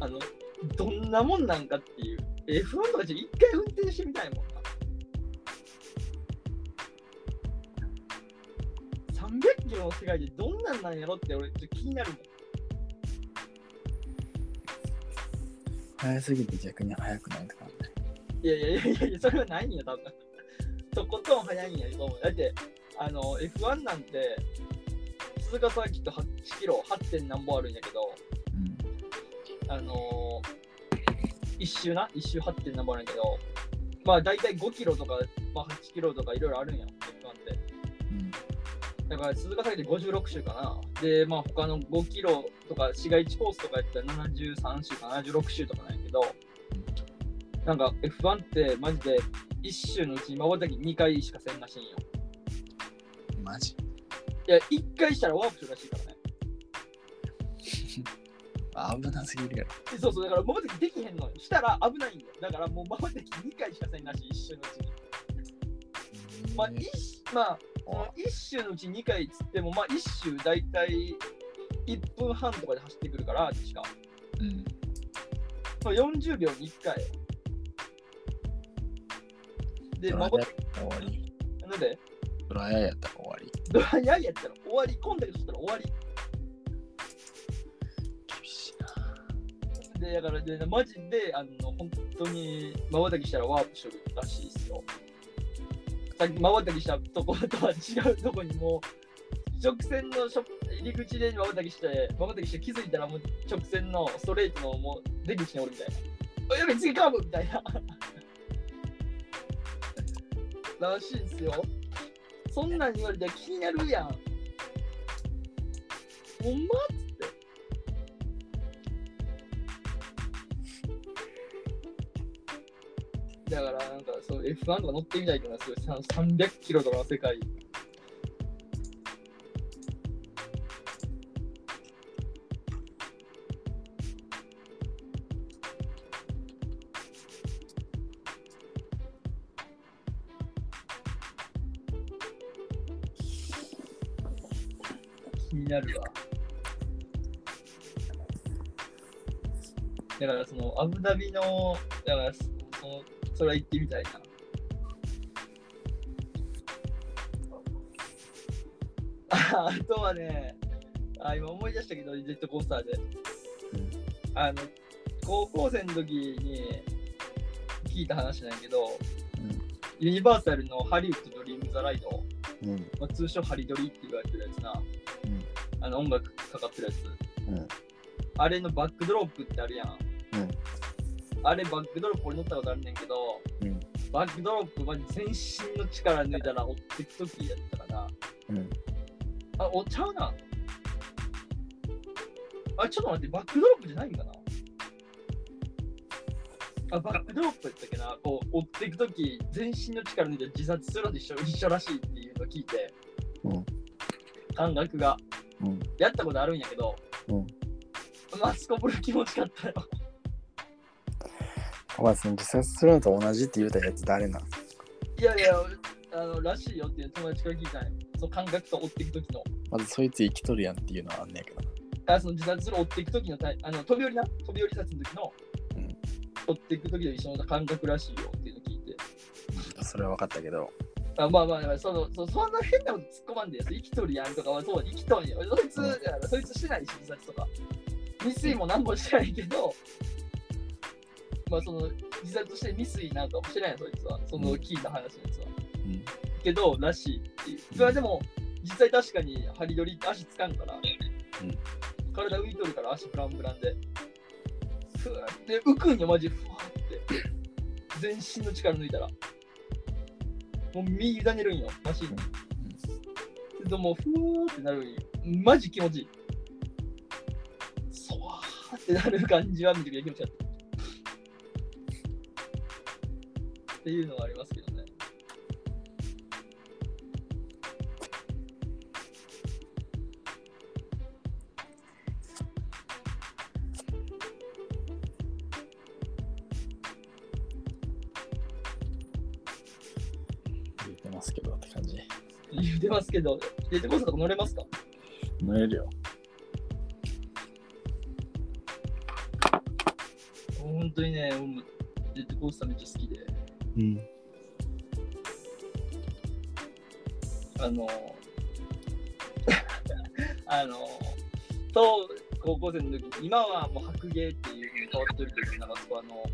Speaker 1: あの、どんなもんなんかっていう。F1 とかちょっと一回運転してみたいもんな。300キロの世界でどんなんなんやろって俺ちょっと気になるもん。
Speaker 2: 早すぎて逆に早くないとかね。
Speaker 1: いやいやいやいやいや、それはないんや、多分。とことん早いんやと思う。だって、あの、F1 なんて、鈴鹿サーキット8キロ、8. 点何本あるんやけど、
Speaker 2: うん。
Speaker 1: あのー、一周な、一周8点何本あるんやけど、まあ大体5キロとか、まあ、8キロとかいろいろあるんや、F1 って。
Speaker 2: うん。
Speaker 1: だから鈴鹿崎で56周かな。で、まあ他の5キロとか市街地コースとかやったら73周か76周とかなんやけど、なんか F1 ってマジで1周のうちまばたき2回しかせんらしいんよ。
Speaker 2: マジ
Speaker 1: いや、1回したらワープするらしいからね。
Speaker 2: 危なすぎるやろ。
Speaker 1: でそうそう、だからまばたきできへんのよ。したら危ないんよ。だからもうまばたき2回しかせんらしい、1周のうちに。まあ、一まあ、その一周のうち2回っつっても、まあ、1周大体1分半とかで走ってくるから、確か。
Speaker 2: うん。
Speaker 1: まあ、40秒に1回。で、
Speaker 2: ド
Speaker 1: ま
Speaker 2: ライ
Speaker 1: ば
Speaker 2: ヤーやったら終わり。
Speaker 1: なんで、
Speaker 2: ドライヤーやったら終わり。
Speaker 1: ドライヤーやったら終わり、コンタクトしたら終わ
Speaker 2: 厳しい
Speaker 1: り。
Speaker 2: な。
Speaker 1: で、だから、でマジで、あの、本当に、まばたきしたらワープしとるらしいですよ。さっき、まばたきしたとことは違うとこにもう、直線のショップ入り口でまばたきして、まばたきして気づいたら、もう直線のストレートのもう出口におるみたいな。あやべ、次カーブみたいな。 らしいんですよ。そんなん言われたら気になるやん。ほんまっつって。だからなんかそう F1 とか乗ってみたいけどな、そういう300キロとかの世界。気になるわ。だからそのアブダビの、だからそそのそれは行ってみたいな。ああとはね、あ今思い出したけど、ジェットコースターで。
Speaker 2: うん
Speaker 1: あの、高校生の時に聞いた話なんやけど、
Speaker 2: うん
Speaker 1: ユニバーサルのハリウッドドリームザライド、
Speaker 2: うん。
Speaker 1: まあ、通称ハリドリって言われてるやつな、
Speaker 2: ん
Speaker 1: あの音楽かかってるやつ、
Speaker 2: うん
Speaker 1: あれのバックドロップってあるやん、
Speaker 2: ん
Speaker 1: あれバックドロップ俺乗ったことあるねんけど、
Speaker 2: うん
Speaker 1: バックドロップは全身の力抜いたら追ってくときやったかな
Speaker 2: うん。
Speaker 1: あおちゃうなあちょっと待ってバックドロップじゃないんかなあバックドロップやったっけなこう追っていくとき全身の力抜いて自殺するのと一緒一緒らしいっていうのを聞いて
Speaker 2: うん
Speaker 1: 感覚が
Speaker 2: うん。
Speaker 1: やったことあるんやけど、
Speaker 2: うん
Speaker 1: マスコブル気持ちかったよ
Speaker 2: お前その自殺するのと同じって言うたやつ誰なん
Speaker 1: いやいや、あの、らしいよっていう友達から聞いたんよ。その感覚と追っていく時の。
Speaker 2: まずそいつ生きとるやんっていうのはあんねやけど。
Speaker 1: あその自殺する追っていく時のタイあの飛び降りな飛び降り殺の時の、
Speaker 2: うん
Speaker 1: 追っていく時の一緒の感覚らしいよっていうの聞いて
Speaker 2: それは分かったけど。
Speaker 1: あまあまあまあそのそそんな変なこと突っ込まんでよ生きとるやんとかはそう生きとんよそいつ、
Speaker 2: うん
Speaker 1: あのそいつしてないし自殺とか未遂も何もしてないけどまあその自殺して未遂なんかもしてないよそいつはその聞いた話のやつは、
Speaker 2: うん。
Speaker 1: けどらしいっていうそれはでも実際確かにハリドリって足つかんから、体浮いとるから足ブランブランでふわって浮くんよマジふわって全身の力抜いたらもう身委ねるんよマシンにでもふわーってなるんよマジ気持ちいいそわーってなる感じは見てくれ気持ちよかったっていうのはありますけどね
Speaker 2: 言ってますけどって感じ。
Speaker 1: 言ってますけど、ジェットコースターとか乗れますか
Speaker 2: 乗れるよ。
Speaker 1: 本当にね、俺もジェットコースターめっちゃ好きで、
Speaker 2: うん。
Speaker 1: あの、 あの、と高校生の時に、今はもう白芸っていう風に変わってるけど、なんかそこあの、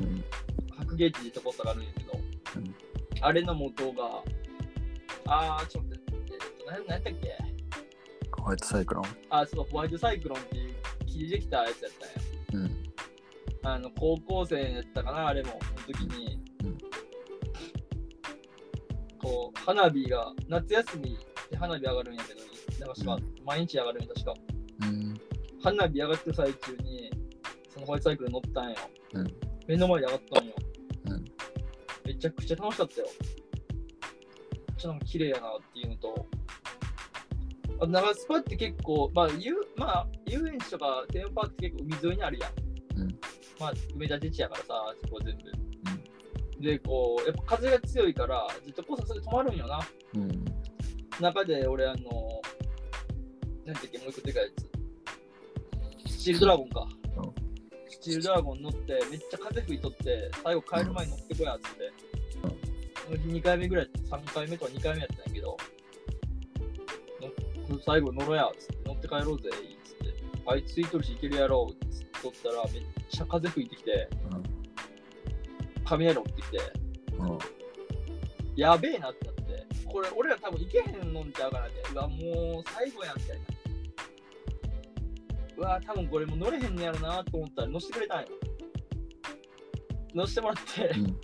Speaker 2: うん。
Speaker 1: 白芸ってジェットコースターがあるんやけど、
Speaker 2: うん
Speaker 1: あれの元が、あー、ちょっと待って、えっと、ななんだっけ
Speaker 2: ホワイトサイクロン。
Speaker 1: あ、そう、ホワイトサイクロンっていう、切りできたやつやったんや。
Speaker 2: うん。
Speaker 1: あの高校生やったかなあれもその時に、
Speaker 2: うん
Speaker 1: こう花火が夏休みで花火上がるんやけどなんかしか、毎日上がるんや確か
Speaker 2: うん。
Speaker 1: 花火上がってる最中にそのホワイトサイクル乗ったんよ
Speaker 2: うん。
Speaker 1: 目の前で上がったんよ、
Speaker 2: うん
Speaker 1: めちゃくちゃ楽しかったよめっちゃなんか綺麗やなっていうのとあと長スパって結構、まあ、遊まあ遊園地とかテーマパークって結構海沿いにあるやん、
Speaker 2: うん
Speaker 1: まあ埋め立て地やからさそこ全部、でこうやっぱ風が強いからジェットコースターそれで止まるんよな
Speaker 2: うん。
Speaker 1: 中で俺あのなんていうっけもう一個でかいやつスチールドラゴンか、
Speaker 2: うん
Speaker 1: スチールドラゴン乗ってめっちゃ風吹いとって最後帰る前に乗ってこやっつって、その日2回目ぐらい3回目とか2回目やったんやけどの最後乗ろうやっつって乗って帰ろうぜっつってあいついとるし行けるやろうっつって乗ったらめっちゃ風吹いてきて
Speaker 2: うん
Speaker 1: 雷落ってきて
Speaker 2: うん。
Speaker 1: やべえなってなって、これ俺ら多分行けへんのんちゃうからね、うわ、もう最後やんみたいな。うわ、多分これもう乗れへんのやろなと思ったら乗せてくれたんよ。乗せてもらって、
Speaker 2: うん
Speaker 1: ぶっ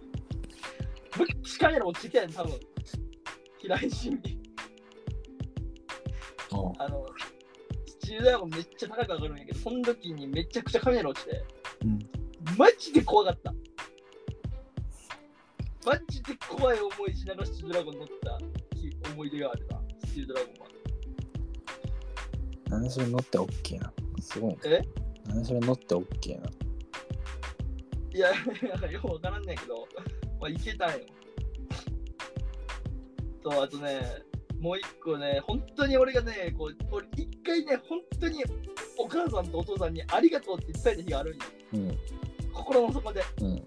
Speaker 1: ちかやろ落ちてん、多分平井心に。
Speaker 2: おう
Speaker 1: あの、スチールドラゴンめっちゃ高く上がるんやけど、その時にめちゃくちゃカメラ落ちて、
Speaker 2: うん
Speaker 1: マジで怖かった。マジで怖い思いしながらスチールドラゴン乗った日思い出があるな、スチールドラゴンは。
Speaker 2: 何それ乗ってオッケーな。すごいね。
Speaker 1: え
Speaker 2: 何それ乗ってオッケーな。
Speaker 1: いや、なんかよくわからんねんけど、まあ、いけたんよ。と、あとね、もう一個ね、本当に俺がね、こう、俺一回ね、本当にお母さんとお父さんにありがとうって伝えた日があるんよ。
Speaker 2: うん。
Speaker 1: 心の底で。
Speaker 2: うん。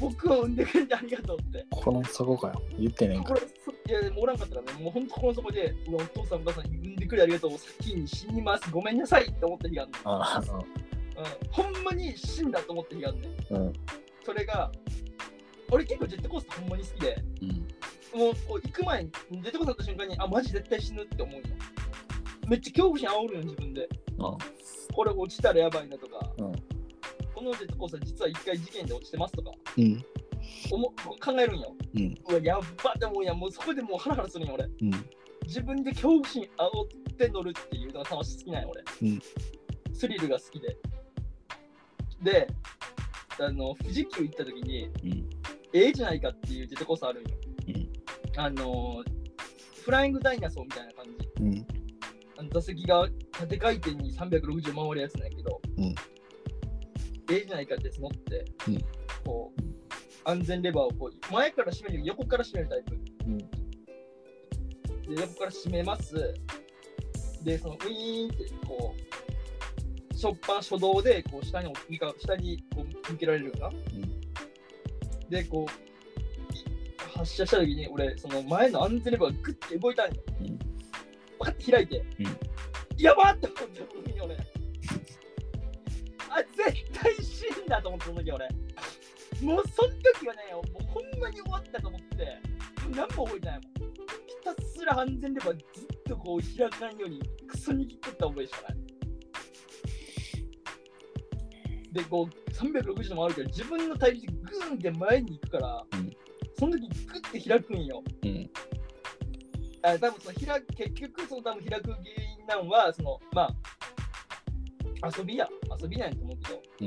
Speaker 1: 僕を産んでくれてありがとうって。
Speaker 2: この底かよ。言ってねえんか。
Speaker 1: 心の底いや、でもおらんかったからね、もう本当心の底で、うわお父さん、お母さん、産んでくれてありがとう、先に死にます、ごめんなさいって思った日があるの。
Speaker 2: あ
Speaker 1: うん、ほんまに死んだと思った日があるね。
Speaker 2: あ。うん。
Speaker 1: それが、俺結構ジェットコースターほんまに好きで、
Speaker 2: うん。
Speaker 1: もうこう行く前に出てこなった瞬間にあマジ絶対死ぬって思うよめっちゃ恐怖心煽るよ自分で
Speaker 2: あ
Speaker 1: これ落ちたらやばいなとか、
Speaker 2: うん
Speaker 1: このジェットコースター実は一回事件で落ちてますとか
Speaker 2: うん。
Speaker 1: 思う考えるんよ
Speaker 2: うん。
Speaker 1: うわやっばでもいやもうそこでもうハラハラするんよ俺
Speaker 2: うん。
Speaker 1: 自分で恐怖心煽って乗るっていうのが楽しい好きなんよ俺、
Speaker 2: うん
Speaker 1: スリルが好きでであの富士急行った時に、
Speaker 2: うん。
Speaker 1: ええじゃないかっていうジェットコースターあるんよ。
Speaker 2: うん
Speaker 1: あのーフライングダイナソーみたいな感じ。
Speaker 2: うん。
Speaker 1: あの座席が縦回転に360回るやつなんやけど、
Speaker 2: うん
Speaker 1: ええじゃないかって募って、
Speaker 2: うん
Speaker 1: こう安全レバーをこう前から締める横から締めるタイプ
Speaker 2: うん。
Speaker 1: で横から締めますでそのウィーンってこうしょっぱな初動でこう下に向か下にこう向けられるようなでこうい発射した時に俺その前の安全レバーがグッて動いたんよ、
Speaker 2: うん
Speaker 1: パカッて開いて、
Speaker 2: うん
Speaker 1: やばって思った時に俺あ絶対死んだと思ったその時俺もうその時はねもうほんまに終わったと思って何も覚えてないもんひたすら安全レバーずっとこう開かんようにクソ握ってった覚えしかないでこう360度もあるけど自分の体重でグーンって前に行くから、
Speaker 2: うん
Speaker 1: その時グッて開くんよ
Speaker 2: うん。
Speaker 1: あ多分その開く結局その多分開く原因なんはそのまあ遊びや遊びなんやと思うけど、
Speaker 2: うん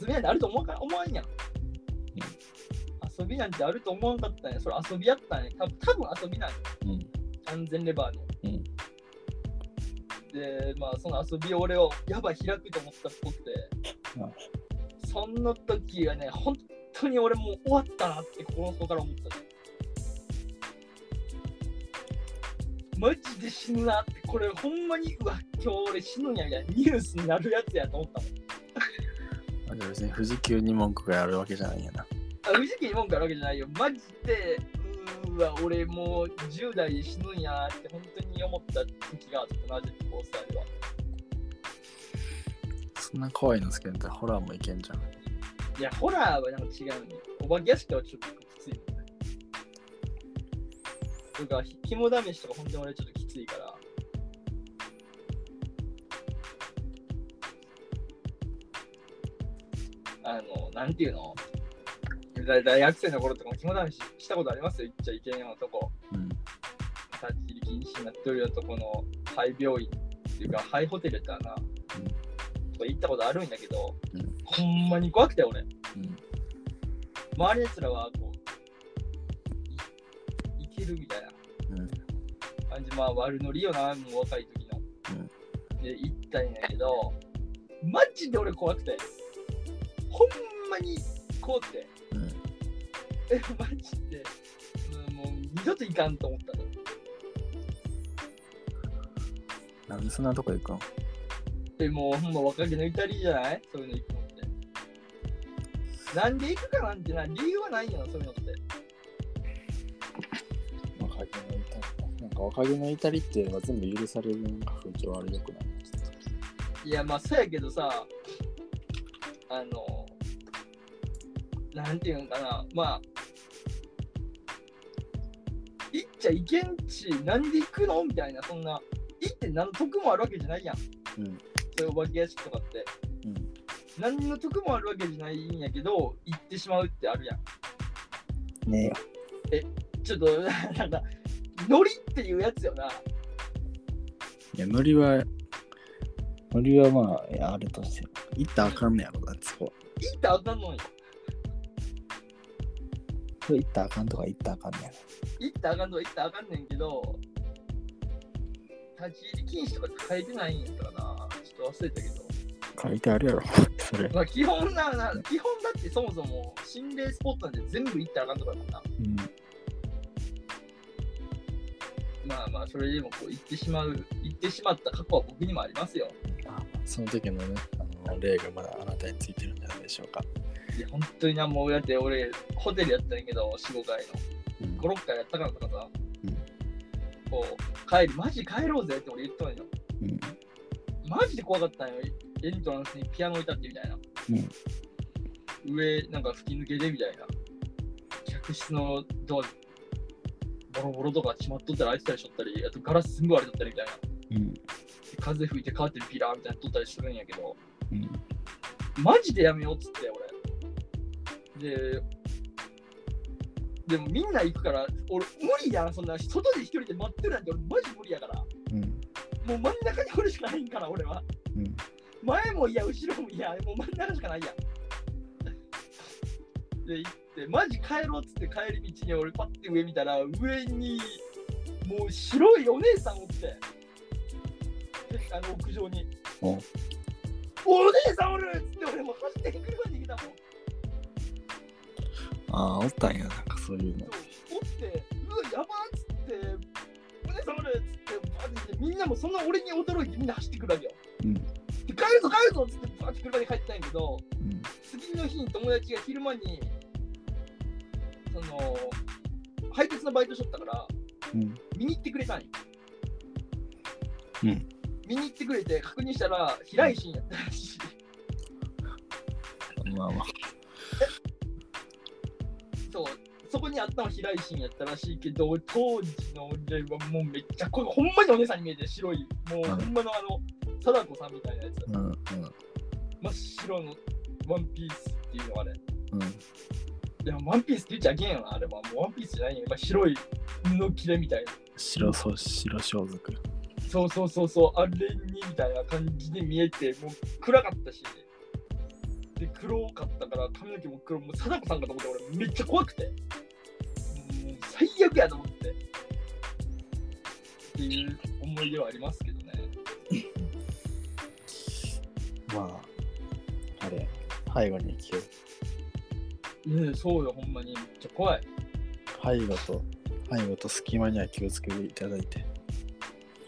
Speaker 1: 遊びなんてあると思うか思わんやん、遊びなんてあると思わんかったんやそれ遊びやったんや多分多分遊びなんや
Speaker 2: うん。
Speaker 1: 安全レバーの、
Speaker 2: うん
Speaker 1: でまあその遊びを俺をやばい開くと思ったっぽくて、
Speaker 2: うん
Speaker 1: その時はね本当に俺もう終わったなって心の底から思ったねマジで死ぬなってこれほんまにうわ今日俺死ぬんやみたいなニュースになるやつやと思ったもん
Speaker 2: あじゃあ別に富士急に文句があるわけじゃないんやな。
Speaker 1: あ無事に文句あるわけじゃないよマジでうーわ俺もう10代で死ぬんやって本当に思った時期があったなジェットコースターでは
Speaker 2: そんな怖いの好きなんだったらホラーもいけんじゃん。
Speaker 1: いや、ホラーはなんか違うね。お化け屋敷はちょっときついね。とか、ひ肝試しとか本当に俺ちょっときついから。あの、なんていうの大大学生の頃とかも肝試ししたことありますよ。行っちゃいけんようなとこ。
Speaker 2: うん。
Speaker 1: 立ち入り禁止になってるようなとこの廃病院っていうか廃ホテルやったかな。とか行ったことあるんだけど、
Speaker 2: うん
Speaker 1: ほんまに怖くて俺。
Speaker 2: うん。
Speaker 1: 周りのやつらはこういいけるみたいな
Speaker 2: うん。
Speaker 1: 感じまあ悪ノリよなもう若い時の、で行ったんやけどマジで俺怖くてほんまに怖くて
Speaker 2: うん。
Speaker 1: えマジでうんもう二度といかんと思ったね
Speaker 2: なんでそんなとこ行くの
Speaker 1: でもうほんま若気の至りじゃないそういうの行くのってなんで行くかなんてな理由はないよなそういうのって
Speaker 2: 若気の至り。なんか若気の至りっていうのが全部許されるなんか風潮あるよくない
Speaker 1: いや、まあ、そうやけどさ、あの、なんていうのかな、まあ、行っちゃいけんち、なんで行くのみたいな、そんな、行って何の得もあるわけじゃないやん。
Speaker 2: うん。
Speaker 1: そういうお化け屋敷とかって。
Speaker 2: うん。
Speaker 1: 何の得もあるわけじゃないんやけど、行ってしまうってあるやん。
Speaker 2: ねえよ。
Speaker 1: ちょっと、なんか、ノリっていうやつよな。
Speaker 2: いや、ノリは、ノリはまあ、いやあれとして、行ったらあかんねやろ、だってそこ。
Speaker 1: 行ったらあかんのに。
Speaker 2: それ行ったらあかんとか行ったらあかんねやろ。
Speaker 1: 行ったらあかんのは行ったらあかんねんけど、立ち入り禁止とか書いてないんやったかな。ちょっと忘れたけど。
Speaker 2: 書いてあるやろ、 それ。
Speaker 1: まあ、基本なな、基本だってそもそも心霊スポットなんて全部行ったらあかんとかだもんな。
Speaker 2: うん。
Speaker 1: まあまあ、それでもこう行ってしまう、行ってしまった過去は僕にもありますよ。
Speaker 2: その時のね、あの例がまだあなたについてるんじゃないでしょうか。
Speaker 1: いや、本当にな、もうだって俺、ホテルやったんやけど、4、5回
Speaker 2: うん
Speaker 1: の。5、6回やったからとかさ、
Speaker 2: うん
Speaker 1: こう、帰り、マジ帰ろうぜって俺言ったんよ。
Speaker 2: うん。
Speaker 1: マジで怖かったんよ。エントランスにピアノ置いたってみたいな。上、なんか吹き抜けでみたいな。客室のドア、ボロボロとか閉まっとったら開いてたりしとったり、あとガラス全部割れとったりみたいな。
Speaker 2: うん。
Speaker 1: で風吹いてカーテンピラーみたいなのとったりするんやけど、
Speaker 2: うん。
Speaker 1: マジでやめようっつって、俺。で、でもみんな行くから、俺無理やん、そんな、外で一人で待ってるなんて俺マジ無理やから。
Speaker 2: うん。
Speaker 1: もう真ん中におるしかないんから、俺は。
Speaker 2: うん
Speaker 1: 前もいや、後ろもいや、もう真ん中しかないやん。で、行って、マジ帰ろうっつって帰り道に俺パッて上見たら、上にもう白いお姉さんおって、であの屋上に。
Speaker 2: お
Speaker 1: お姉さんおるっつって俺も走って車に逃げたもん。
Speaker 2: ああ、おったんや、なんかそういうの。
Speaker 1: そうおって、うわ、やばっつって、お姉さんおるっつって、バーって行ってみんなもそんな俺に驚いてみんな走ってくるわけよ。
Speaker 2: うん
Speaker 1: で帰るぞ帰るぞっつって、バーって車で帰ったんやけど、
Speaker 2: うん。
Speaker 1: 次の日に友達が昼間に、その、配達のバイトしとったから、
Speaker 2: うん。
Speaker 1: 見に行ってくれたんよ。
Speaker 2: うん
Speaker 1: 見に行ってくれて確認したら平井心やったらしい。
Speaker 2: まあまあ。
Speaker 1: そうそこにあったのは平井心やったらしいけど当時の俺はもうめっちゃこれほんまにお姉さんに見えて白いもう
Speaker 2: うん
Speaker 1: ほんまのあの貞子さんみたいなやつ
Speaker 2: うんうん
Speaker 1: 真っ白のワンピースっていうのあれい
Speaker 2: うん。
Speaker 1: やワンピースって言っちゃあげんよなあれはもうワンピースじゃないよ今白い布切れみたいな
Speaker 2: 白そう、白装束。
Speaker 1: そうそうそうそうあれにみたいな感じで見えてもう暗かったしで黒かったから髪の毛も黒もう貞子さんかと思って俺めっちゃ怖くてもう最悪やと思ってっていう思い出はありますけどね
Speaker 2: まあ、あれ、背後に気を。
Speaker 1: ねえそうよほんまにめっちゃ怖い
Speaker 2: 背後と、背後と隙間には気をつけていただいて。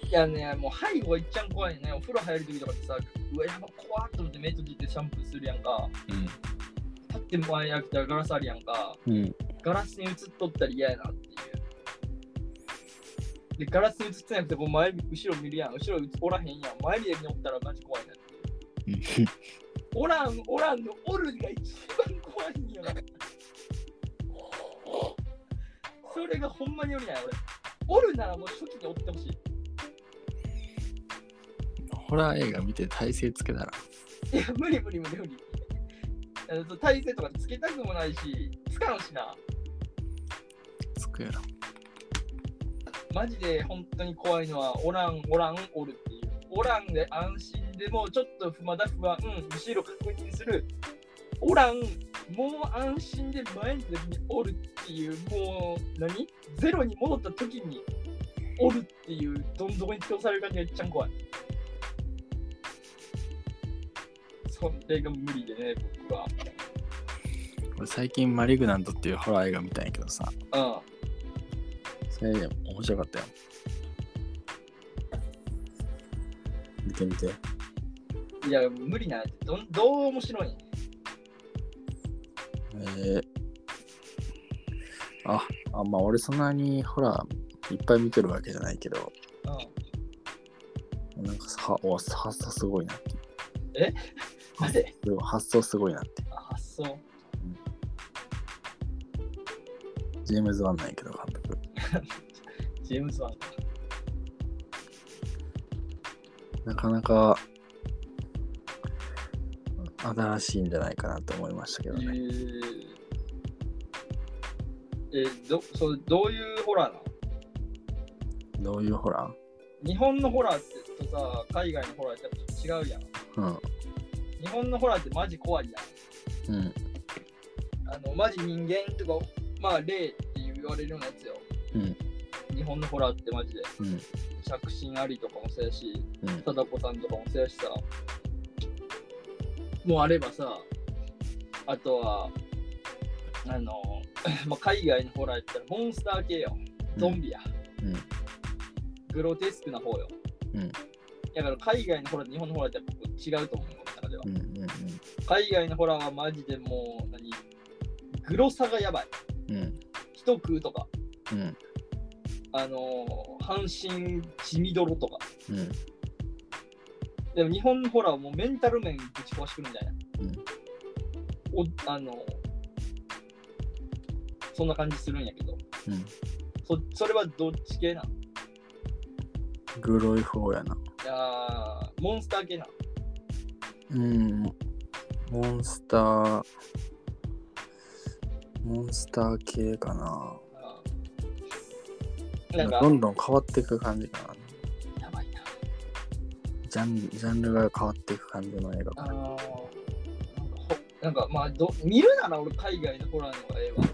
Speaker 1: いやねもう背後がいっちゃん怖いねお風呂入る時とかってさうわやば怖っと思って目閉じてシャンプーするやんか立って前開けたらガラスあるやんか
Speaker 2: うん。うん。
Speaker 1: ガラスに映っとったら嫌やなっていう。で、ガラスに映ってなくて、こう前、後ろ見るやん。後ろおらへんやん。前見えにおったらマジ怖いなっていう。おらん、おらんのおるが一番怖いんやな。それがほんまにおるやん、俺。おるならもう初期におってほしい。
Speaker 2: ホラー映画見て体勢つけたら。
Speaker 1: いや、無理無理無理無理。あの体勢とかつけたくもないし、つかんしな。
Speaker 2: つくやろ。
Speaker 1: マジで本当に怖いのは、おらん、おらん、おるっていう。おらんで安心でも、ちょっと不まだ不安、うん、後ろ確認する。おらん、もう安心で前の時におるっていう、もう何、ゼロに戻った時におるっていう、どん底に通される感じがいっちゃん怖い。それが無理でね、僕は。
Speaker 2: 俺最近マリグナントっていうホラー映画見たんやけどさ。
Speaker 1: うん。
Speaker 2: それ面白かったよ。見てみて。
Speaker 1: いや、無理なんやって、どんどう面白いんや
Speaker 2: えー、あ、あ、まあ俺そんなにホラーいっぱい見てるわけじゃないけど、
Speaker 1: うん。
Speaker 2: なんかさ、はお発想すごいなって。
Speaker 1: 待て。
Speaker 2: でも発想すごいなって。
Speaker 1: あ、そう。
Speaker 2: ジェームズ・ワンなんやけど、監督。
Speaker 1: ジェームズ・ワン。
Speaker 2: なかなか新しいんじゃないかなと思いましたけどね。
Speaker 1: えーえーどそれどういうホラーなの
Speaker 2: どういうホラ
Speaker 1: 日本のホラーってとさ、海外のホラーってやっぱちょっと違うやん。
Speaker 2: ー
Speaker 1: 日本のホラーってマジ怖いや
Speaker 2: うん。うん。
Speaker 1: ん。あのマジ人間とか、まあ霊って言われるようなやつよ。
Speaker 2: うん
Speaker 1: 日本のホラーってマジで。
Speaker 2: うん。
Speaker 1: 着信ありとかもそうやし、
Speaker 2: うん。
Speaker 1: 貞子さんとかもそうやしさ。もうあればさ、あとは、あの、 まあ、海外のホラーやったらモンスター系よ。ゾンビや。
Speaker 2: うん。
Speaker 1: グロテスクな方よ。
Speaker 2: うん
Speaker 1: だから海外のホラーと日本のホラーってやっぱ違うと思う、この中では
Speaker 2: う。ん。うん。
Speaker 1: 海外のホラーはマジでもう、何グロさがやばい。
Speaker 2: うん。うん。
Speaker 1: 人食うとか、
Speaker 2: うん。
Speaker 1: あのー半身血みどろとか。
Speaker 2: うん。
Speaker 1: でも日本のホラーはもうメンタル面ぶち壊してくるみたいな。
Speaker 2: うん
Speaker 1: おあのーそんな感じするんやけど。
Speaker 2: うん。
Speaker 1: そそれはどっち系なん
Speaker 2: グロい方やな。
Speaker 1: いやーモンスター系なん
Speaker 2: うん。モンスター、モンスター系かな。
Speaker 1: あーなんか、
Speaker 2: どんどん変わっていく感じかな。
Speaker 1: やばいな。
Speaker 2: ジャンジャンルが変わっていく感じの映画
Speaker 1: あー
Speaker 2: かな。
Speaker 1: なんかほなんかまあど見るなら俺海外のホラーの方がええわ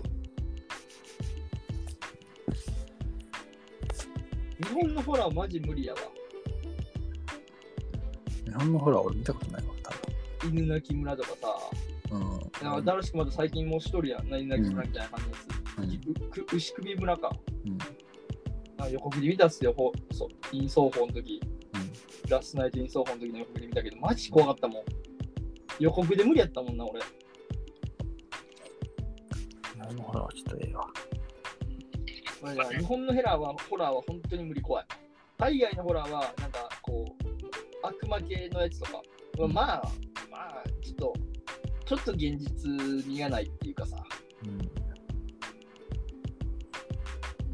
Speaker 1: 日本のホラーマジ無理やわ
Speaker 2: 日本のホラー俺見たことないわ、多分。
Speaker 1: 犬鳴村とか
Speaker 2: うん。
Speaker 1: さ、なんか新しくまた最近もう一人やん、何々村みたいな感じ
Speaker 2: う
Speaker 1: のや
Speaker 2: ん
Speaker 1: つ。うく牛首村か。
Speaker 2: うん
Speaker 1: なんか横切り見たっすよ、ほそうイン奏法の時、
Speaker 2: うん
Speaker 1: ラストナイトイン奏法の時の横切り見たけど、マジ怖かったもん。予告で無理やったもんな、俺。
Speaker 2: なるほど、ちょっとええわ。
Speaker 1: まあいや日本のヘラーはホラーは本当に無理怖い。海外のホラーはなんかこう悪魔系のやつとか、まあ
Speaker 2: うん
Speaker 1: まあ、まあ、ちょっとちょっと現実味がないっていうかさ、
Speaker 2: うん。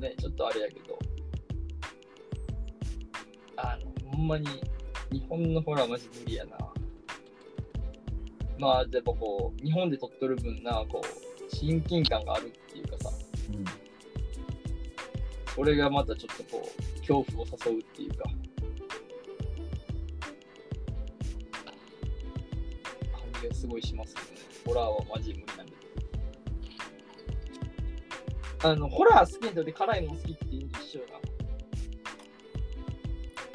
Speaker 1: ね、ちょっとあれやけど、あのほんまに日本のホラーマジ無理やな。まあでもこう日本で撮っとる分なこう親近感があるっていうかさ、
Speaker 2: うん。
Speaker 1: それがまたちょっとこう恐怖を誘うっていうか感じがすごいしますよねホラーはマジ無理なんであのホラー好きな人で辛いもの好きっていうのと一緒よな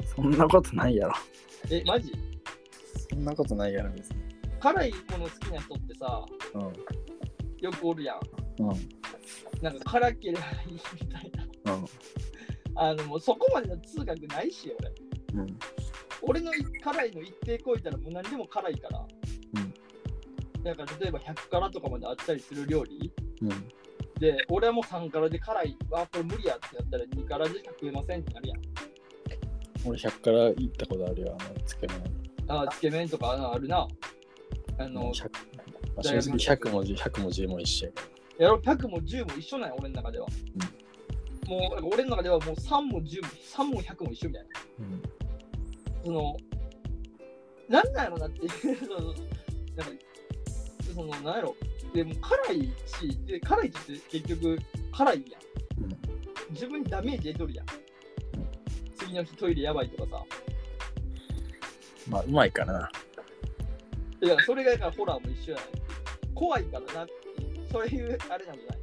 Speaker 2: そんなことないやろ。
Speaker 1: えマジ
Speaker 2: そんなことないやろ、別に。
Speaker 1: 辛いもの好きな人ってさ
Speaker 2: うん。
Speaker 1: よくおるやん
Speaker 2: うん。
Speaker 1: なんか辛ければいいみたいな
Speaker 2: うん。
Speaker 1: あのもうそこまでの通学ないし俺
Speaker 2: うん。
Speaker 1: 俺の辛いの一定超えたらもう何でも辛いから、
Speaker 2: うん
Speaker 1: だから例えば100辛とかまであったりする料理
Speaker 2: うん。
Speaker 1: で俺はもう3辛で辛いわこれ無理やってやったら2辛でしか食えませんってなるやん
Speaker 2: 俺、100から行ったことあるよ、あの、つけ麺。
Speaker 1: あーつけ麺とかあのあるなあの
Speaker 2: 100まあ、
Speaker 1: 大
Speaker 2: 正
Speaker 1: 学
Speaker 2: 直100も10 100も10も一緒やか
Speaker 1: やろ100も10も一緒なんや俺の中では、もうなんか俺の中ではもう3も10も3も100も一緒みたいな
Speaker 2: ら。うん。
Speaker 1: その、なんなんやろなっていう、 その、なんか、その、なんやろ、でも辛いし、で辛いって結局、辛いやん。
Speaker 2: うん。
Speaker 1: 自分にダメージ得とるやん。次の日トイレやばいとかさ。
Speaker 2: まあ、うまいからな。
Speaker 1: だからそれがだからホラーも一緒やない。怖いからなっていう、そういうあれなんじゃない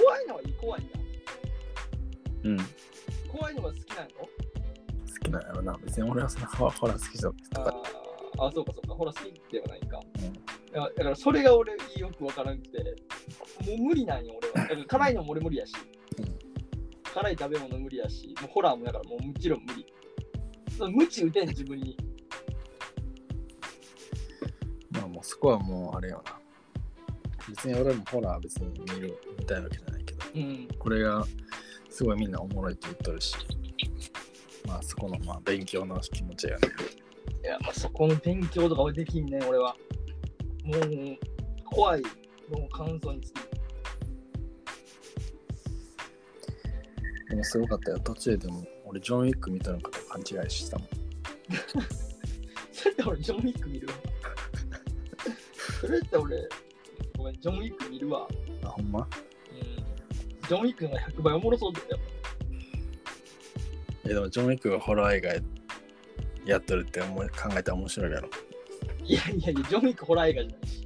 Speaker 1: 怖いのはいい、怖いやん。
Speaker 2: うん。好
Speaker 1: 怖いのが好きなの
Speaker 2: きなんやろな。別に俺はそのホラホラー好きじゃなくて。
Speaker 1: あーあ、そうかそうか、ホラー好きではないか。
Speaker 2: うん
Speaker 1: だからだからそれが俺よくわからなくて、もう無理なんよ俺は。だから辛いのも俺無理やし、
Speaker 2: うん
Speaker 1: 辛い食べ物無理やし、もうホラーもだからもうもちろん無理。その無知打てん自分に。
Speaker 2: まあもうそこはもうあれよな。別に俺もホラーは別に見る見たいわけじゃないけど、
Speaker 1: うん。
Speaker 2: これがすごいみんなおもろいって言っとるし、まあそこのまあ勉強の気持ちやね。
Speaker 1: いや、まあそこの勉強とかはできんね俺は。もう怖いの感想につき。
Speaker 2: でもすごかったよ。途中でも俺ジョン・ウィック見たのかと勘違いしたもん。
Speaker 1: それって俺ジョンウィック見るわ。それって俺、ごめん、ジョンウィック見るわ。
Speaker 2: あ、ほんま
Speaker 1: うん。ジョンウィックの方が100倍おもろそうだよ。
Speaker 2: え、でもジョン・ウィックがホラー映画やっとるって思い考えたら面白いやろ。
Speaker 1: いやいやいや、ジョン・ウィックホラー映画じゃないし。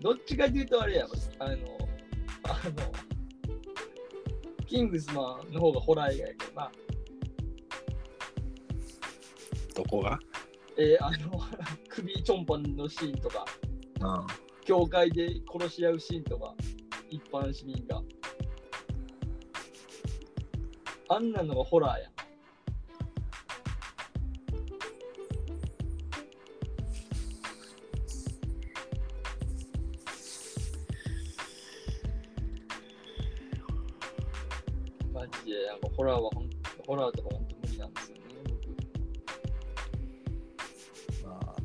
Speaker 1: どっちかっていうとあれやろ、あの、あの、キングスマンの方がホラー映画やけどな。
Speaker 2: どこが
Speaker 1: えーあの、 首ちょんぱんのシーンとか、
Speaker 2: うん。
Speaker 1: 教会で殺し合うシーンとか、一般市民が。あんなのがホラーや。マジで、なんかホラーはほん、ホラーとか本当無理なんですよね、
Speaker 2: まあ、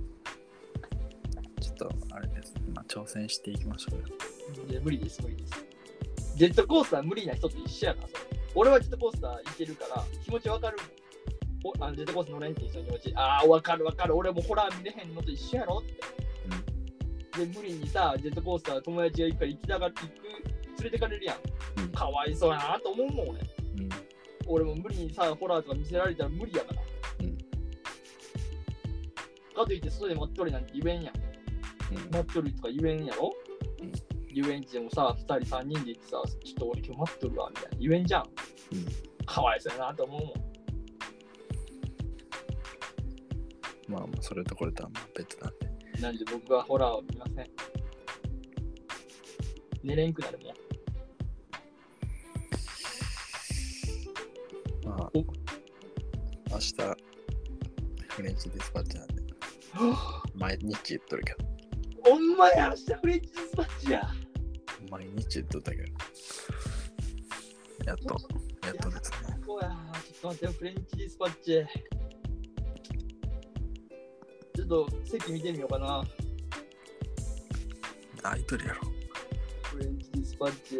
Speaker 2: ちょっとあれですね。まあ挑戦していきましょうよ。
Speaker 1: 僕。いや、無理です、無理です。ジェットコースター無理な人と一緒やな、それ。俺はジェットコースター行けるから、気持ちわかるもん。おあのジェットコースター乗れんっていう人の気持ち、ああ、わかるわかる、俺もホラー見れへんのと一緒やろって。で、無理にさ、ジェットコースター友達が行くから行きたがって行く、連れてかれるやん。
Speaker 2: うん
Speaker 1: かわいそうやなと思うもん、俺。
Speaker 2: うん。
Speaker 1: 俺も無理にさ、ホラーとか見せられたら無理やから。
Speaker 2: うん
Speaker 1: かといって、外で待っとるなんて言えんやん。
Speaker 2: うん
Speaker 1: 待っとるとか言えんやろ、
Speaker 2: うん
Speaker 1: 遊園地でもさ、2人3人で行ってさ、ちょっと俺今日待っとるわみたいな言えんじゃん。
Speaker 2: うん
Speaker 1: かわいそうやなと思うもん。
Speaker 2: まあまあそれとこれとはまあ別なんで
Speaker 1: なんで僕はホラーを見ません。寝れんくなるもん。
Speaker 2: まあ
Speaker 1: お
Speaker 2: 明日フレンチディスパッチなんで毎日言っとるけど
Speaker 1: お前明日フレンチディスパッチや。
Speaker 2: 毎日言っとったけどやっとやっとですね
Speaker 1: そうや。ちょっと待ってよ、フレンチディスパッチ。ちょっと席見てみようかな。
Speaker 2: 空いとるやろ
Speaker 1: フレンチディスパッチ。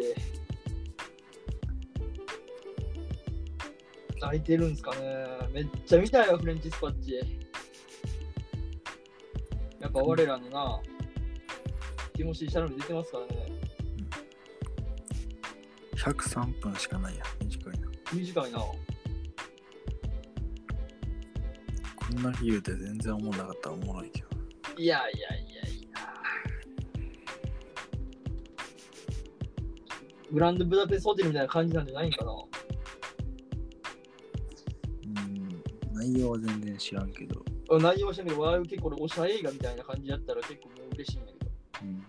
Speaker 1: 泣いてるんすかねめっちゃ見たいよ、フレンチディスパッチ。やっぱ我らのな、ティモシー・シャラメ出てますからね。
Speaker 2: 103分しかないや短いな
Speaker 1: 短いな。
Speaker 2: こんな理由で全然思わなかったらおもろいけど
Speaker 1: いやいやいやいや。グランドブダペストホテルみたいな感じなんじゃないんかな
Speaker 2: うん内容は全然知らんけど、
Speaker 1: あ内容は知らんけど、わあ結構俺おしゃ映画みたいな感じやったら結構もう嬉しいんだけど。
Speaker 2: うん、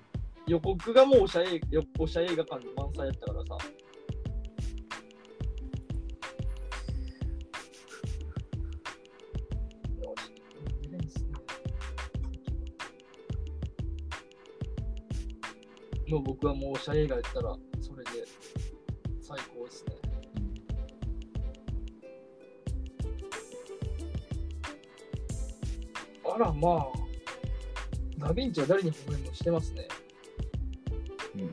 Speaker 1: 予告がもうおしゃれよおしゃれ映画館満載やったからさ。よし見れんすねもう僕はもうおしゃれ映画やったらそれで最高ですね。あらまあ、ダヴィンチは誰に褒めもしてますね。
Speaker 2: うん、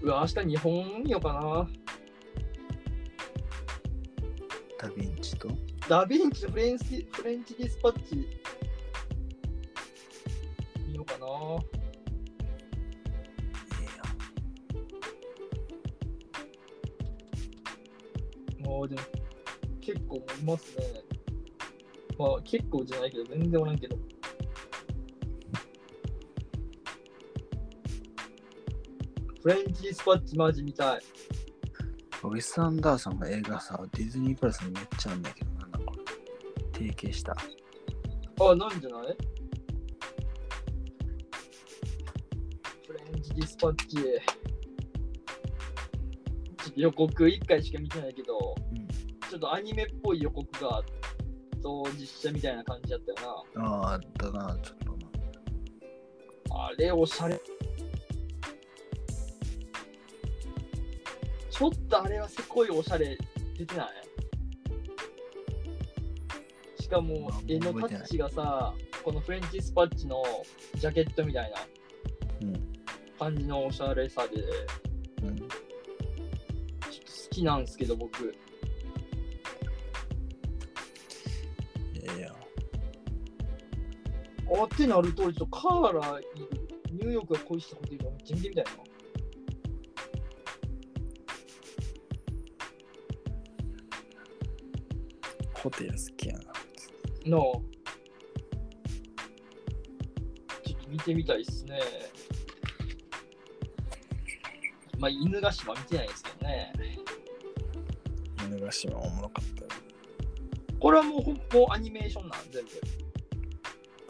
Speaker 1: うわ、明日日本見ようかな。
Speaker 2: ダヴィンチと
Speaker 1: ダヴィンチのフレンチフレンチディスパッチ見ようかな。
Speaker 2: ええやん
Speaker 1: もうでも結構もういますね。まあ結構じゃないけど全然おらんけど。フレンチディスパッチマジ見たい。
Speaker 2: ウェス・アンダーソンの映画さ、ディズニープラスにめっちゃあんだけど、なんだこれ。提携した。
Speaker 1: あ、なんじゃないフレンチディスパッチ。ちょっと予告1回しか見てないけど、
Speaker 2: うん
Speaker 1: ちょっとアニメっぽい予告がと実写みたいな感じだったよ
Speaker 2: ああ、だな、ちょっとな。
Speaker 1: な。あれ、おしゃれ。ちょっとあれはせこいおしゃれ出てないしかも
Speaker 2: あんま覚
Speaker 1: 絵
Speaker 2: えてない
Speaker 1: のタッチがさ、このフレンチスパッチのジャケットみたいな。
Speaker 2: うん。
Speaker 1: 感じのおしゃれさで、ちょ
Speaker 2: うん、
Speaker 1: っと好きなんですけど、僕。
Speaker 2: ええやん。
Speaker 1: あってなると、ちょっとカーラいる、ニューヨークが恋したホテルをめっちゃ見てみたいな。
Speaker 2: ホテル好きやな。
Speaker 1: なあ。ちょっと見てみたいっすね。まあ、犬ヶ島見てないですけどね。
Speaker 2: 犬ヶ島おもろかったよ。
Speaker 1: これはもうほん、もうアニメーションなん、全部。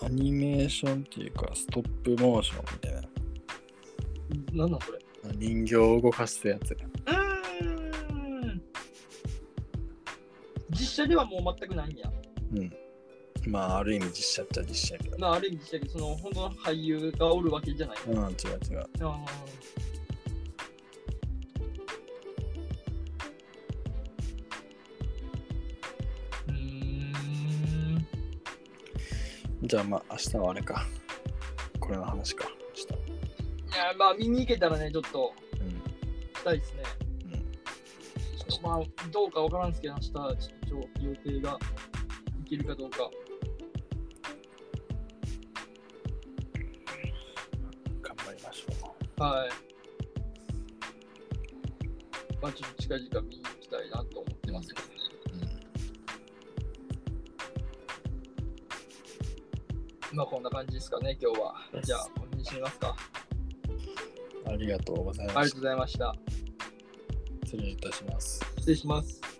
Speaker 2: アニメーションっていうか、ストップモーションみたいな。
Speaker 1: なんなん、それ。
Speaker 2: 人形を動かすやつや。
Speaker 1: うーん。実写ではもう全くないんや。
Speaker 2: うん。まあ、ある意味実写っちゃ実写やけど。
Speaker 1: まあ、ある意味実写やけど、その、本当の俳優がおるわけじゃない。
Speaker 2: うん、違う違う。
Speaker 1: ああ。うーん。
Speaker 2: じゃあまあ、明日はあれか。これの話か。明
Speaker 1: いや、まあ、見に行けたらね、ちょっと、
Speaker 2: 日。うん。
Speaker 1: したいですね。
Speaker 2: うん。
Speaker 1: ちょっとまあ、どうかわからんですけど、明日、ちょっと予定がいけるかどうか。
Speaker 2: 頑張りましょう。
Speaker 1: はい。まあ、ちょっと近々見に行きたいなと思ってますけどね。まあ、こんな感じですかね、今日は。じゃあ、これにしますか。
Speaker 2: ありがとうござい
Speaker 1: あり
Speaker 2: ま
Speaker 1: が
Speaker 2: す
Speaker 1: とう。ございました。
Speaker 2: 失礼いたします。
Speaker 1: 失礼します。